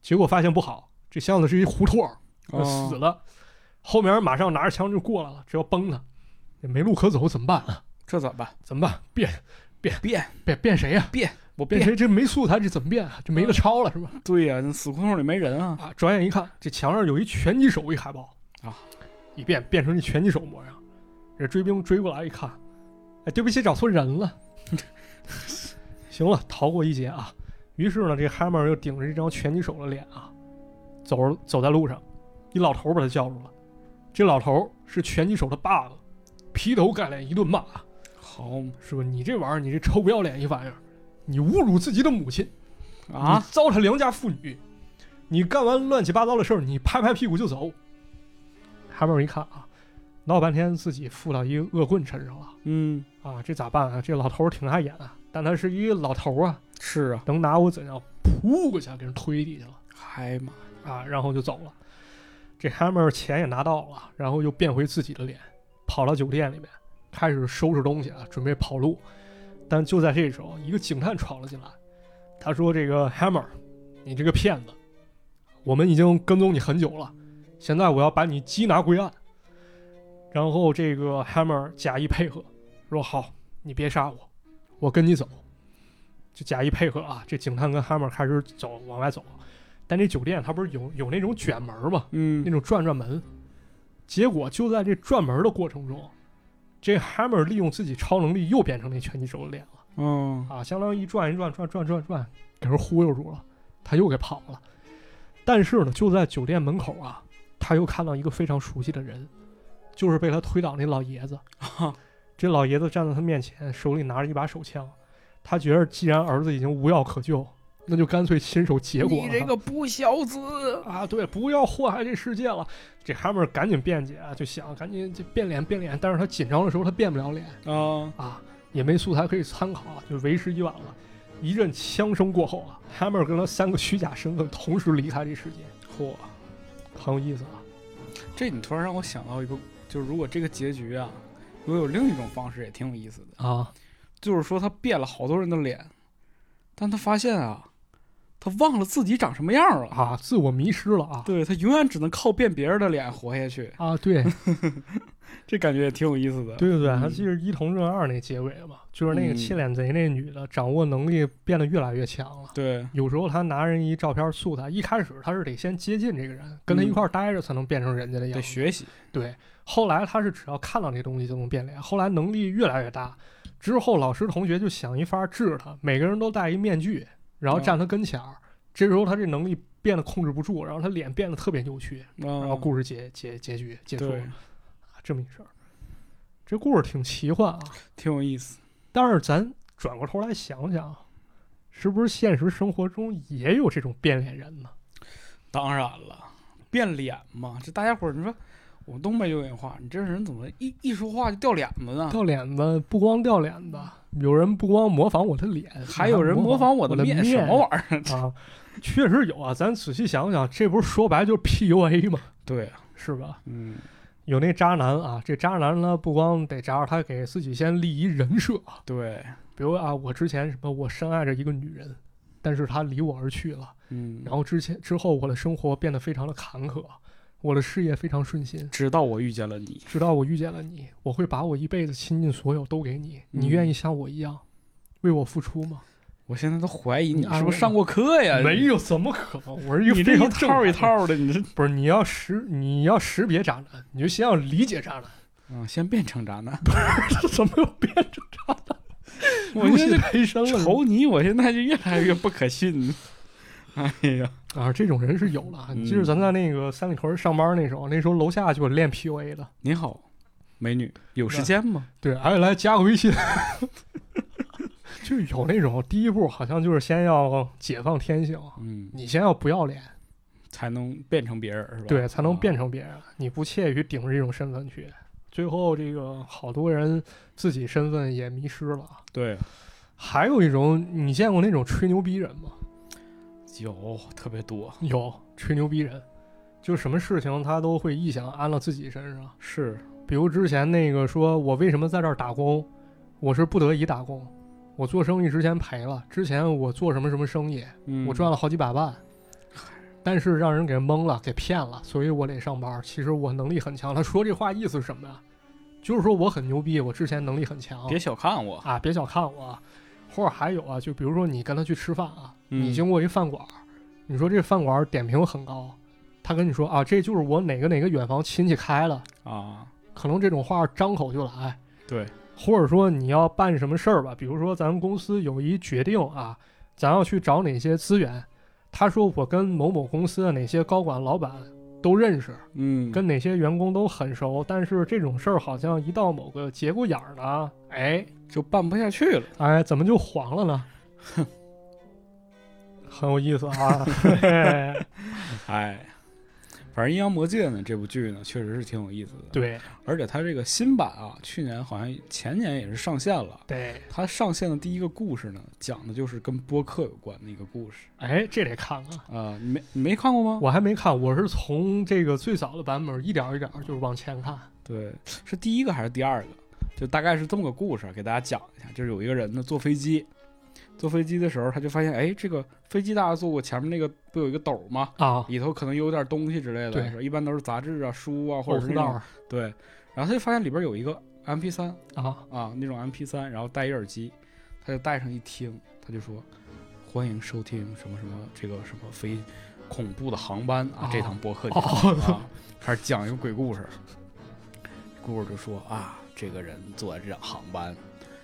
S2: 结果发现不好，这巷子是一胡同儿，死
S1: 呃了？
S2: 了，后面人马上拿着枪就过来了，只要崩他，也没路可走，怎么办啊？
S1: 这怎么办？
S2: 怎么办？变
S1: 变，
S2: 变变谁呀、
S1: 我
S2: 变谁？这没素材，这怎么变啊？这没得抄了是吧？
S1: 对呀、那死胡同里没人啊。
S2: 啊！转眼一看，这墙上有一拳击手一海报
S1: 啊，
S2: 一变变成一拳击手模样。这追兵追过来一看，哎，对不起，找错人了。 行了，逃过一劫啊。于是呢，这 Hammer 又顶着这张拳击手的脸啊，走走在路上，一老头把他叫住了。这老头是拳击手的爸爸，劈头盖脸一顿骂，啊
S1: 好嘛
S2: 说你这玩意儿，你这臭不要脸一玩意儿，你侮辱自己的母亲。你
S1: 啊，
S2: 糟蹋良家妇女，你干完乱七八糟的事儿，你拍拍屁股就走。哈默一看啊，闹半天自己附到一个恶棍身上了
S1: 嗯，
S2: 啊，这咋办啊？这老头儿挺碍眼啊，但他是一老头儿啊，
S1: 是啊，
S2: 能拿我怎样？扑过去啊给人推地去了
S1: 嗨妈，
S2: 啊，然后就走了。这 Hammer 钱也拿到了，然后又变回自己的脸，跑到酒店里面，开始收拾东西啊，准备跑路。但就在这时候，一个警探闯了进来，他说：“这个 Hammer，你这个骗子，我们已经跟踪你很久了，现在我要把你缉拿归案。”然后这个 Hammer 假意配合，说：“好，你别杀我，我跟你走。”就假意配合啊，这警探跟 Hammer 开始走往外走，但这酒店它不是有有那种卷门吗？那
S1: 嗯，
S2: 种转转门。结果就在这转门的过程中，这 Hammer 利用自己超能力又变成那拳击手的脸了
S1: 嗯，
S2: 啊，相当于一转一转转转转转，给人忽悠住了，他又给跑了。但是呢，就在酒店门口啊，他又看到一个非常熟悉的人，就是被他推倒那老爷子。这老爷子站在他面前，手里拿着一把手枪。他觉得既然儿子已经无药可救，那就干脆亲手结果了他。
S1: 不孝子，
S2: 啊，对，不要祸害这世界了。这哈默赶紧辩解啊，就想赶紧就变脸变脸，但是他紧张的时候他变不了脸
S1: 啊，
S2: 啊，也没素材可以参考啊，就为时已晚了。一阵枪声过后啊，哈默跟他三个虚假身份同时离开这世界，
S1: 嚯，
S2: 很有意思啊。
S1: 这你突然让我想到一个，就是如果这个结局啊，如果有另一种方式也挺有意思的，
S2: 啊，
S1: 就是说他变了好多人的脸，但他发现啊，他忘了自己长什么样了。
S2: 啊，自我迷失了啊
S1: 对他永远只能靠变别人的脸活下去，
S2: 啊， 对
S1: 这感觉也挺有意思的。
S2: 对对对，
S1: 嗯
S2: 还记得《一同镇二》那结尾嘛，就是那个
S1: 嗯
S2: 窃脸贼那女的掌握能力变得越来越强了。
S1: 对，
S2: 有时候他拿人一照片素材，一开始他是得先接近这个人，跟他一块儿待着才能变成人家的样
S1: 嗯得
S2: 子。
S1: 学习。
S2: 对，后来他是只要看到这东西就能变脸，后来能力越来越大，之后老师同学就想一法治他，每个人都戴一面具，然后站他跟前儿。这时候他这能力变得控制不住，然后他脸变得特别扭曲，
S1: 然
S2: 然后故事结结结局结束了
S1: 嗯对，
S2: 啊这么一事儿。这故事挺奇幻啊，
S1: 挺有意思。
S2: 但是咱转过头来想想，是不是现实生活中也有这种变脸人呢？
S1: 当然了，变脸嘛，这大家伙儿，你说我们东北有文化，你这人怎么一一说话就掉脸子呢？
S2: 掉脸子不光掉脸子，有人不光模仿我的脸，
S1: 还有人
S2: 模
S1: 仿
S2: 我
S1: 的
S2: 面，
S1: 什么玩意
S2: 儿啊？确实有啊，咱仔细想想，这不是说白就是 PUA 吗？
S1: 对、啊，
S2: 是吧？
S1: 嗯，
S2: 有那渣男啊，这渣男呢，不光得渣，他给自己先立一人设，
S1: 对，
S2: 比如啊，我之前什么，我深爱着一个女人，但是她离我而去了，
S1: 嗯，
S2: 然后之前之后我的生活变得非常的坎坷。我的事业非常顺心，
S1: 直到我遇见了你，
S2: 直到我遇见了你，我会把我一辈子倾尽所有都给你。你愿意像我一样、嗯、为我付出吗？
S1: 我现在都怀疑你是不是上过课呀？
S2: 没有，怎么可能？我是一个
S1: 你这
S2: 一
S1: 套一套的，你这
S2: 不是你要识你要识别渣男，你就先要理解 渣男。
S1: 嗯，先变成渣男，
S2: 不是怎么又变 成渣男？
S1: 我现在
S2: 悲伤了，
S1: 瞅你，我现在就越来越不可信。 哎呀，
S2: 啊，这种人是有了。你记得咱在那个三里屯上班那时候，那时候楼下就有练 PUA 的。
S1: 您好，美女，有时间吗？
S2: 对，哎，来加个微信。 就有那种第一步好像就是先要解放天性，啊
S1: 嗯，
S2: 你先要不要脸，
S1: 才能变成别人是吧？
S2: 对，才能变成别人。啊、你不屑于顶着这种身份去，最后这个好多人自己身份也迷失了。
S1: 对，
S2: 还有一种，你见过那种吹牛逼人吗？
S1: 有特别多，
S2: 有吹牛逼人，就什么事情他都会臆想安到自己身上。
S1: 是，
S2: 比如之前那个说，我为什么在这儿打工？我是不得已打工。我做生意之前赔了，之前我做什么什么生意，
S1: 嗯、
S2: 我赚了好几百万，但是让人给蒙了，给骗了，所以我得上班。其实我能力很强。他说这话意思是什么呀？就是说我很牛逼，我之前能力很强。
S1: 别小看我
S2: 啊！别小看我。或者还有啊，就比如说你跟他去吃饭啊，
S1: 嗯、
S2: 你经过一饭馆，你说这饭馆点评很高，他跟你说啊，这就是我哪个哪个远房亲戚开的
S1: 啊，
S2: 可能这种话张口就来。
S1: 对，
S2: 或者说你要办什么事儿吧，比如说咱们公司有一决定啊，咱要去找哪些资源，他说我跟某某公司的哪些高管、老板都认识，
S1: 嗯，
S2: 跟哪些员工都很熟，但是这种事儿好像一到某个节骨眼儿呢，哎。
S1: 就办不下去了，
S2: 哎，怎么就黄了呢？ 哼，很有意思啊！
S1: 哎，反正《阴阳魔界》呢，这部剧呢，确实是挺有意思的。
S2: 对，
S1: 而且它这个新版啊，去年好像前年也是上线了。
S2: 对，
S1: 它上线的第一个故事呢，讲的就是跟播客有关的一个故事。
S2: 哎，这得看看
S1: 啊、呃！你没你没看过吗？
S2: 我还没看，我是从这个最早的版本一点一点就是往前看。
S1: 对，是第一个还是第二个？就大概是这么个故事，给大家讲一下。就是有一个人呢，坐飞机，坐飞机的时候，他就发现，哎，这个飞机大家坐过，前面那个不有一个斗吗？
S2: 啊，
S1: 里头可能有点东西之类的，
S2: 对，
S1: 一般都是杂志啊、书啊，或者是那种、
S2: 哦、
S1: 对。然后他就发现里边有一个 M P 三
S2: 啊
S1: 啊那种 M P 三，然后戴一耳机，他就戴上一听，他就说，欢迎收听什么什么这个什么飞恐怖的航班啊、
S2: 哦、
S1: 这堂播 客、
S2: 哦、
S1: 啊，开始讲一个鬼故事，故事就说啊。这个人坐在这辆航班，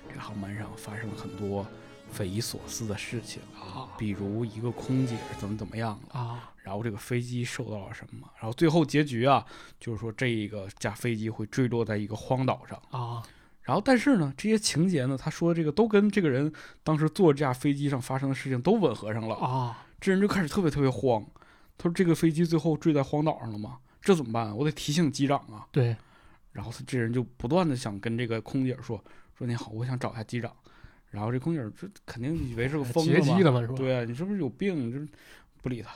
S1: 这个航班上发生了很多匪夷所思的事情
S2: 啊，
S1: 比如一个空姐怎么怎么样了
S2: 啊，
S1: 然后这个飞机受到了什么，然后最后结局啊，就是说这个架飞机会坠落在一个荒岛上
S2: 啊，
S1: 然后但是呢，这些情节呢，他说这个都跟这个人当时坐这架飞机上发生的事情都吻合上了
S2: 啊，
S1: 这人就开始特别特别慌，他说这个飞机最后坠在荒岛上了吗？这怎么办、啊？我得提醒机长啊。
S2: 对。
S1: 然后他这人就不断的想跟这个空姐说说你好，我想找一下机长。然后这空姐这肯定以为是个 疯
S2: 子嘛，了是吧？
S1: 对啊，你是不是有病？就是不理他。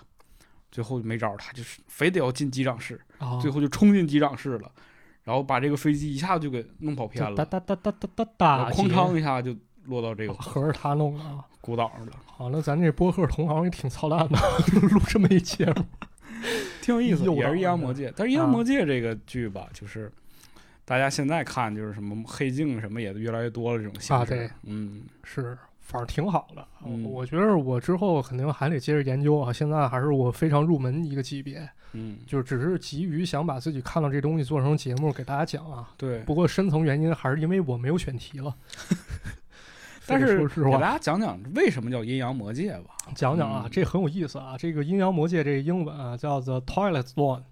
S1: 最后没招，他就是非得要进机长室，
S2: 哦、
S1: 最后就冲进机长室了，然后把这个飞机一下就给弄跑偏了，
S2: 哒哒哒哒哒哒哒，
S1: 哐当一下就落到这个
S2: 合着他弄啊
S1: 孤岛上了。
S2: 好了，咱这播客同行也挺操蛋的，录这么一节目。
S1: 挺有意思，也是《阴阳魔界》，但是《阴
S2: 啊
S1: 阳魔界》这个剧吧，就是大家现在看就是什么黑镜什么也越来越多了这种形式。
S2: 啊，对，
S1: 嗯，
S2: 是，反正挺好的。
S1: 嗯、
S2: 我觉得我之后肯定还得接着研究啊，现在还是我非常入门一个级别。
S1: 嗯，
S2: 就只是急于想把自己看到这东西做成节目给大家讲啊。
S1: 对，
S2: 不过深层原因还是因为我没有选题了。
S1: 但是
S2: 给
S1: 大家讲讲为什么叫阴阳魔界吧，
S2: 讲讲啊，
S1: 嗯、
S2: 这很有意思啊。这个阴阳魔界这个英文啊叫 The Toilet Zone，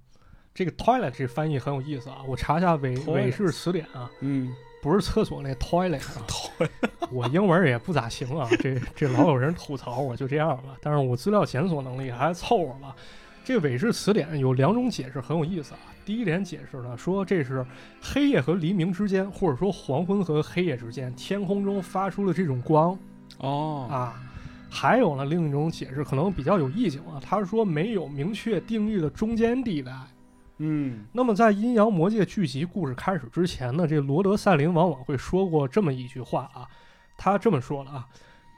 S2: 这个 toilet 这翻译很有意思啊。我查一下韦韦氏词典啊，
S1: 嗯，
S2: 不是厕所那 toilet 啊。
S1: toilet，
S2: 我英文也不咋行啊，这这老有人吐槽我，就这样吧。但是我资料检索能力还凑合吧。这韦氏词典有两种解释很有意思啊。第一点解释呢，说这是黑夜和黎明之间，或者说黄昏和黑夜之间，天空中发出了这种光
S1: 哦，
S2: 啊。还有呢，另一种解释可能比较有意境啊，他说没有明确定义的中间地带。
S1: 嗯
S2: 那么在《阴阳魔界》剧集故事开始之前呢，这罗德赛林往往会说过这么一句话啊，他这么说了啊：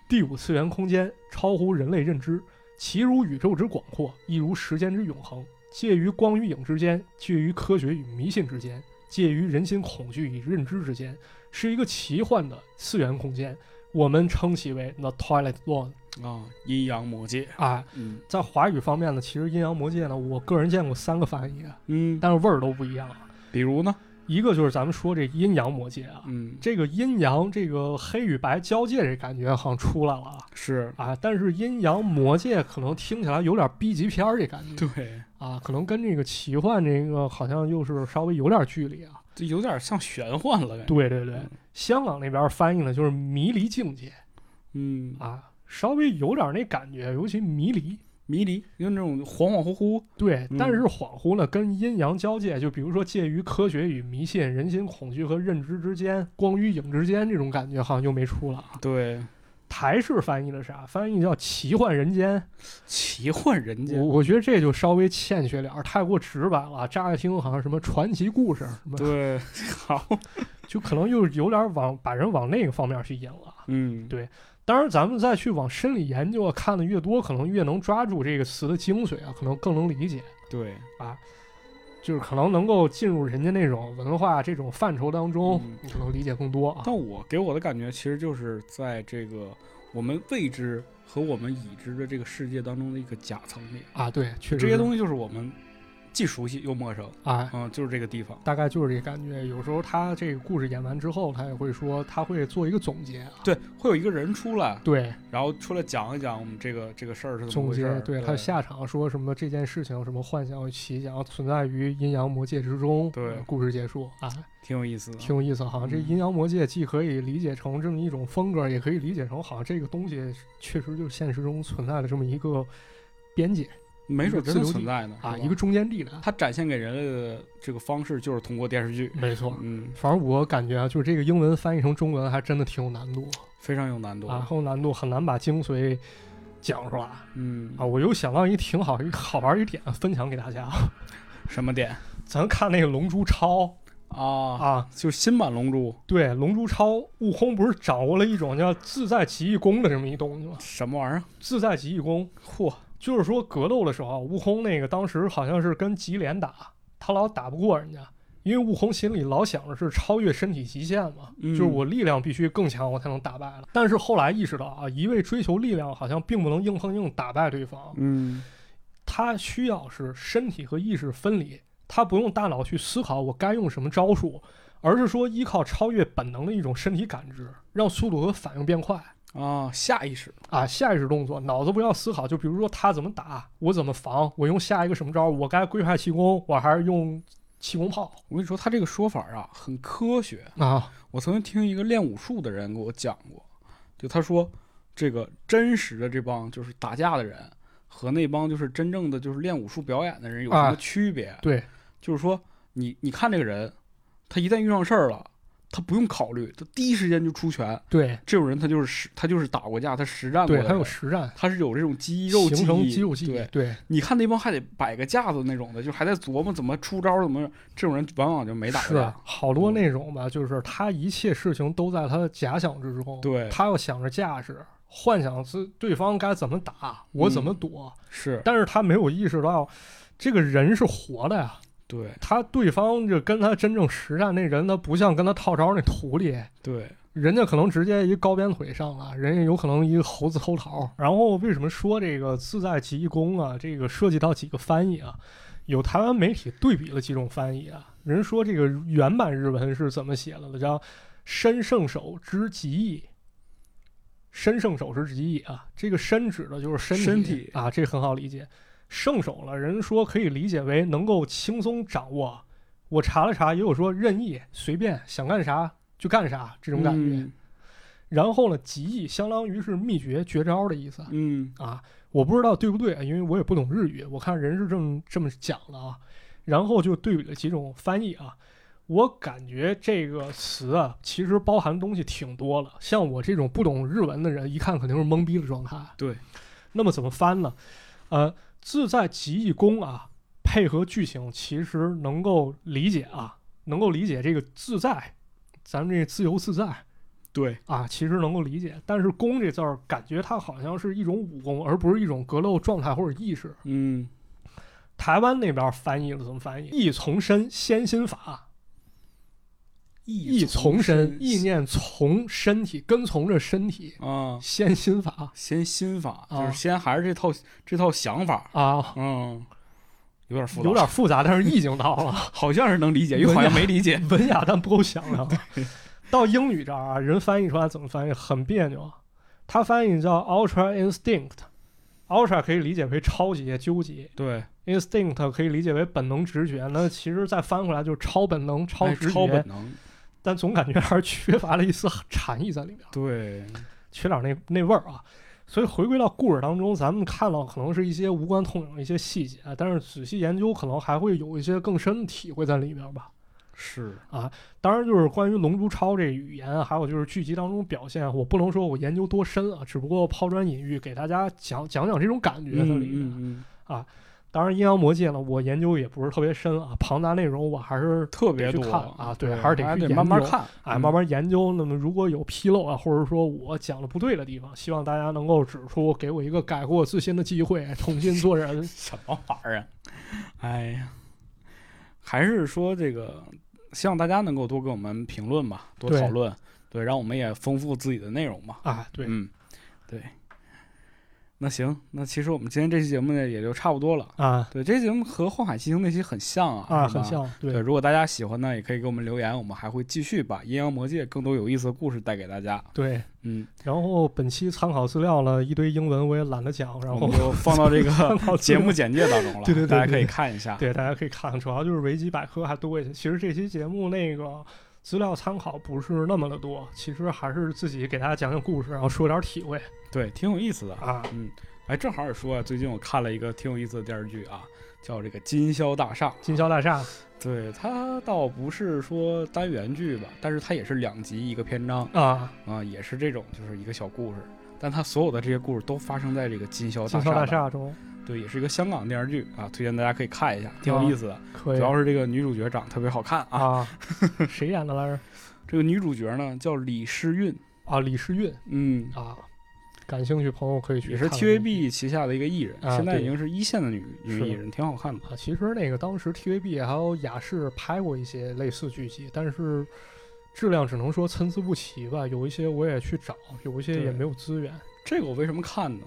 S2: 第五次元空间超乎人类认知，其如宇宙之广阔，亦如时间之永恒，介于光与影之间，介于科学与迷信之间，介于人心恐惧与认知之间，是一个奇幻的次元空间，我们称其为 The Twilight Zone
S1: 啊，阴阳魔界，
S2: 啊。
S1: 嗯
S2: 在华语方面呢，其实《阴阳魔界》呢，我个人见过三个翻译，啊
S1: 嗯，
S2: 但是味儿都不一样啊。
S1: 比如呢，
S2: 一个就是咱们说这阴阳魔界啊，
S1: 嗯，
S2: 这个阴阳这个黑与白交界这感觉好像出来了啊
S1: 是
S2: 啊，但是阴阳魔界可能听起来有点 B 级片儿这感觉
S1: 对，
S2: 啊，可能跟这个奇幻这个好像又是稍微有点距离啊。
S1: 这有点像玄幻了，感觉，
S2: 对对对
S1: 嗯，
S2: 香港那边翻译呢就是迷离境界
S1: 嗯，
S2: 啊，稍微有点那感觉，尤其迷离。
S1: 迷离，有那种恍恍惚惚，
S2: 对，
S1: 嗯
S2: 但是恍惚呢，跟阴阳交界，就比如说介于科学与迷信、人心恐惧和认知之间、光与影之间这种感觉，好像又没出了啊。
S1: 对，
S2: 台式翻译的啥？翻译叫“奇幻人间
S1: 奇幻人”，
S2: 我
S1: 间，
S2: 我觉得这就稍微欠缺点儿，太过直白了。啊乍一听好像什么传奇故事， 什么
S1: 对， 好，
S2: 就可能又有点往把人往那个方面去引了。
S1: 嗯，
S2: 对当然，咱们再去往深里研究啊，看的越多，可能越能抓住这个词的精髓啊，可能更能理解，
S1: 对，
S2: 就是可能能够进入人家那种文化这种范畴当中，
S1: 嗯
S2: 你可能理解更多啊。
S1: 但我给我的感觉，其实就是在这个我们未知和我们已知的这个世界当中的一个假层面，
S2: 啊，对，确实
S1: 这些
S2: 西
S1: 东西就是我们既熟悉又陌生，
S2: 啊，
S1: 嗯，就是这个地方。
S2: 大概就是这感觉。有时候他这个故事演完之后，他也会说，他会做一个总结啊。
S1: 对，会有一个人出来，
S2: 对，
S1: 然后出来讲一讲我们这个这个事儿是怎么
S2: 总
S1: 回事
S2: 结
S1: 儿。
S2: 对
S1: 对
S2: 他下场说什么这件事情什么幻想与奇想存在于阴阳魔界之中，
S1: 对
S2: 呃故事结束啊，
S1: 挺有意思的。
S2: 挺有意思。好像这
S1: 嗯
S2: 阴阳魔界既可以理解成这么一种风格，也可以理解成好像这个东西确实就是现实中存在的这么一个边界
S1: 没准真
S2: 一
S1: 的
S2: 个自由地
S1: 存在呢
S2: 啊，
S1: 是吧
S2: 一个中间地带。
S1: 它展现给人类的这个方式就是通过电视剧，
S2: 没错，
S1: 嗯，
S2: 反正我感觉啊，就是这个英文翻译成中文还真的挺有难度
S1: 非常有难度。
S2: 啊，然后难度很难把精髓讲出来。
S1: 嗯
S2: 啊，，我又想到一挺好一好玩一点分享给大家啊，
S1: 什么点
S2: 咱看那个《龙珠超》
S1: 啊？
S2: 啊，
S1: 就新版《龙珠》
S2: 对，《龙珠超》，悟空不是掌握了一种叫自在极意功的这么一东西吗？
S1: 什么玩意儿？
S2: 自在极意功，嚯，就是说格斗的时候啊，悟空那个当时好像是跟吉连打，他老打不过人家，因为悟空心里老想着是超越身体极限嘛，
S1: 嗯
S2: 就是我力量必须更强，我才能打败了。但是后来意识到啊，一味追求力量好像并不能硬碰硬打败对方，
S1: 嗯，
S2: 他需要是身体和意识分离，他不用大脑去思考我该用什么招数，而是说依靠超越本能的一种身体感知，让速度和反应变快
S1: 啊，下意识，
S2: 啊，下意识动作，脑子不要思考，就比如说他怎么打，我怎么防，我用下一个什么招，我该龟派气功，我还是用气功炮
S1: 我跟你说，他这个说法啊，很科学。
S2: 啊
S1: 我曾经听一个练武术的人给我讲过，就他说，这个真实的这帮就是打架的人和那帮就是真正的就是练武术表演的人有什
S2: 啊
S1: 么区别？
S2: 对，
S1: 就是说，你你看这个人，他一旦遇上事儿了，他不用考虑，他第一时间就出拳。
S2: 对
S1: 这种人他就是实，他就是打过架，他实战过
S2: 对，
S1: 的
S2: 还有
S1: 人
S2: 实战。
S1: 他是有这种肌肉记
S2: 形成
S1: 忆，
S2: 肌肉记忆，
S1: 对，
S2: 对
S1: 你看那帮还得摆个架子那种的，就还在琢磨怎么出招，怎么这种人往往就没打过
S2: 是啊
S1: 架。
S2: 好多那种吧，就是他一切事情都在他的假想之中，
S1: 对，
S2: 他要想着架势，幻想自对方该怎么打，我怎么躲，
S1: 是
S2: 嗯但是他没有意识到，这个人是活的呀。
S1: 对
S2: 他对方就跟他真正实战那人，他不像跟他套招那徒弟，
S1: 对，
S2: 人家可能直接一高鞭腿上了，人家有可能一个猴子后桃。然后为什么说这个自在极意功啊？这个涉及到几个翻译啊，有台湾媒体对比了几种翻译啊，人说这个原版日文是怎么写的呢？叫“身胜手之极意”。身胜手之极意啊，这个身指的就是身体
S1: 身体
S2: 啊，这很好理解。胜手了，人说可以理解为能够轻松掌握。我查了查，也有说任意、随便，想干啥就干啥这
S1: 这
S2: 种感觉。
S1: 嗯
S2: 然后呢，极意相当于是秘诀、绝招的意思
S1: 嗯，
S2: 啊。我不知道对不对，因为我也不懂日语，我看人是这么这么讲的啊。然后就对比了几种翻译啊。我感觉这个词啊，其实包含东西挺多了。像我这种不懂日文的人，一看肯定是懵逼的状态。
S1: 对，
S2: 那么怎么翻呢？呃，自在极意功啊，配合剧情，其实能够理解啊，能够理解这个自在，咱们这自由自在
S1: 对，
S2: 啊，其实能够理解。但是“功”这字儿，感觉它好像是一种武功，而不是一种格斗状态或者意识。
S1: 嗯，
S2: 台湾那边翻译了怎么翻译？意从身，先心法。意从身，意念从身体，跟从着身体，
S1: 啊，
S2: 先心法
S1: 先心法，就
S2: 啊
S1: 是先还是这套这套想法，
S2: 啊，
S1: 嗯，有点复杂，
S2: 有点复杂，但是意境到 了，
S1: 好像是能理解，又好像没理 解，
S2: 文雅但不够响亮。到英语这儿啊，人翻译出来怎么翻译很别扭啊，它翻译叫 ultra instinct，ultra 可以理解为超级纠结
S1: 对，
S2: ，instinct 可以理解为本能直觉，那其实再翻回来就是超本能、超
S1: 哎
S2: 直
S1: 超
S2: 觉
S1: 本，能，
S2: 但总感觉还是缺乏了一丝禅意在里面。
S1: 对，
S2: 缺点那那味儿啊。所以回归到故事当中，咱们看到可能是一些无关痛痒的一些细节，但是仔细研究可能还会有一些更深的体会在里面吧。
S1: 是，
S2: 当然，就是关于龙珠超这语言，啊还有就是剧集当中表现，我不能说我研究多深啊，只不过抛砖引玉，给大家讲讲讲这种感觉在
S1: 嗯
S2: 里面。
S1: 嗯嗯，
S2: 当然，阴阳魔界呢，我研究也不是特别深啊，庞大内容我还是
S1: 特别
S2: 得去
S1: 多
S2: 看啊对还是得去研
S1: 慢慢
S2: 究
S1: 看，
S2: 哎
S1: 嗯
S2: 慢慢研究。那么如果有纰漏啊，或者说我讲的不对的地方，希望大家能够指出，给我一个改过自新的机会，重新做 人。
S1: 什么玩意儿啊？哎呀，还是说这个，希望大家能够多给我们评论吧，多
S2: 对
S1: 讨论，对，让我们也丰富自己的内容吧。
S2: 啊，对，
S1: 嗯，对。那行，那其实我们今天这期节目呢也就差不多了。
S2: 啊
S1: 对，这期节目和《幻海七星》那期很像啊，
S2: 啊，
S1: 是吧
S2: 很。像，
S1: 对，
S2: 对，
S1: 如果大家喜欢呢，也可以给我们留言，我们还会继续把《阴阳魔界》更多有意思的故事带给大家。
S2: 对。
S1: 嗯，
S2: 然后本期参考资料了一堆英文，我也懒得讲，然
S1: 我
S2: 后
S1: 们就放到这
S2: 参
S1: 个
S2: 考资
S1: 嗯节
S2: 料
S1: 目简介当中了，
S2: 对对对
S1: 大家
S2: 对
S1: 可以
S2: 对
S1: 看一下。
S2: 对大家可以看，主要就是维基百科还多一些。其实这期节目那个。资料参考不是那么的多，其实还是自己给大家讲讲故事，然后说点体会
S1: 对，挺有意思的。
S2: 啊。
S1: 哎，正好也说啊，最近我看了一个挺有意思的电视剧啊，叫这个《金宵大厦》。
S2: 金宵大厦
S1: 对，它倒不是说单元剧吧，但是它也是两集一个篇章
S2: 啊，
S1: 啊，也是这种就是一个小故事。但它所有的这些故事都发生在这个金宵
S2: 金
S1: 大
S2: 宵
S1: 厦。
S2: 大厦中
S1: 对，也是一个香港电视剧啊，推荐大家可以看一下，挺有意思的。
S2: 可以
S1: 主要是这个女主角长得特别好看啊。
S2: 啊， 谁演的来着？
S1: 这个女主角呢叫李诗韵，
S2: 啊，李诗韵
S1: 嗯，
S2: 啊，感兴趣朋友可以去
S1: 也是
S2: 看看这
S1: TVB 旗下的一个艺人，
S2: 啊
S1: 现在已
S2: 对
S1: 经是一线的女女
S2: 是
S1: 艺人，挺好看的。
S2: 啊。其实那个当时 TVB 还有亚视拍过一些类似剧集，但是质量只能说参差不齐吧。有一些我也去找，有一些也
S1: 对
S2: 没有资源，
S1: 这个我为什么看呢？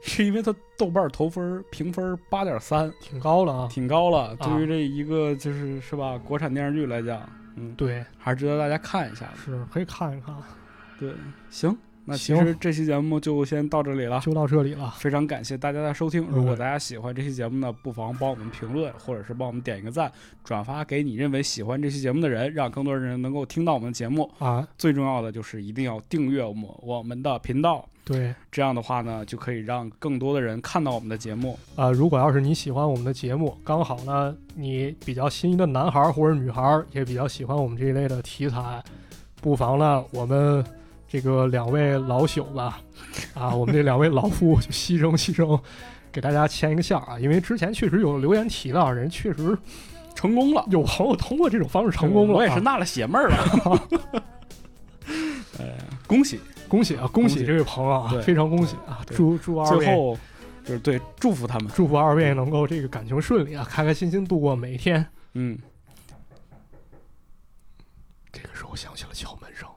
S1: 是因为它豆瓣投分儿评分八点三，
S2: 挺高了啊。
S1: 挺高了。
S2: 啊
S1: 对于这一个就是是吧，国产电视剧来讲，嗯，
S2: 对，
S1: 还是值得大家看一下的。
S2: 是可以看一看，啊
S1: 对，行，那其
S2: 行
S1: 实这期节目就先到这里了。
S2: 就到这里了。
S1: 非常感谢大家的收听。
S2: 嗯
S1: 如果大家喜欢这期节目呢，不妨帮我们评论，或者是帮我们点一个赞，转发给你认为喜欢这期节目的人，让更多人能够听到我们的节目。
S2: 啊，
S1: 最重要的就是一定要订阅我们我们的频道，
S2: 对
S1: 这样的话呢，就可以让更多的人看到我们的节目。
S2: 啊、如果要是你喜欢我们的节目，刚好呢，你比较心仪的男孩儿或者女孩儿也比较喜欢我们这一类的题材，不妨呢，我们这个两位老朽吧，啊，我们这两位老夫就牺牲牺牲，给大家牵一个线儿啊，因为之前确实有留言提到，人确实
S1: 成功了，
S2: 有朋友通过这种方式成功了、啊，
S1: 我也是纳了邪闷儿 了。哎呀，恭喜！
S2: 恭喜啊，恭
S1: 恭喜
S2: 喜这位朋友啊
S1: 对，
S2: 非常恭喜啊，
S1: 对
S2: 祝祝二
S1: 最
S2: 位。
S1: 后就是对祝福他们，
S2: 祝福二位能够这个感情顺利啊，开开心心度过每一天。
S1: 嗯，
S2: 这个时候响起了敲门声。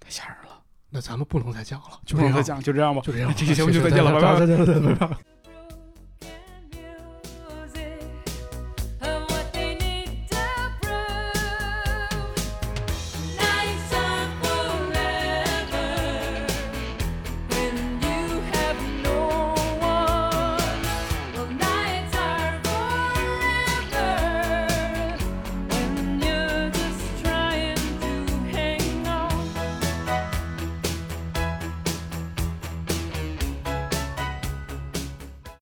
S1: 太吓人了，
S2: 那咱们不能再讲了，就
S1: 不
S2: 这
S1: 能
S2: 样，
S1: 再讲，就这样吧，
S2: 就这样，
S1: 这期节目就再见了，拜拜。
S2: 再见，再见，拜拜。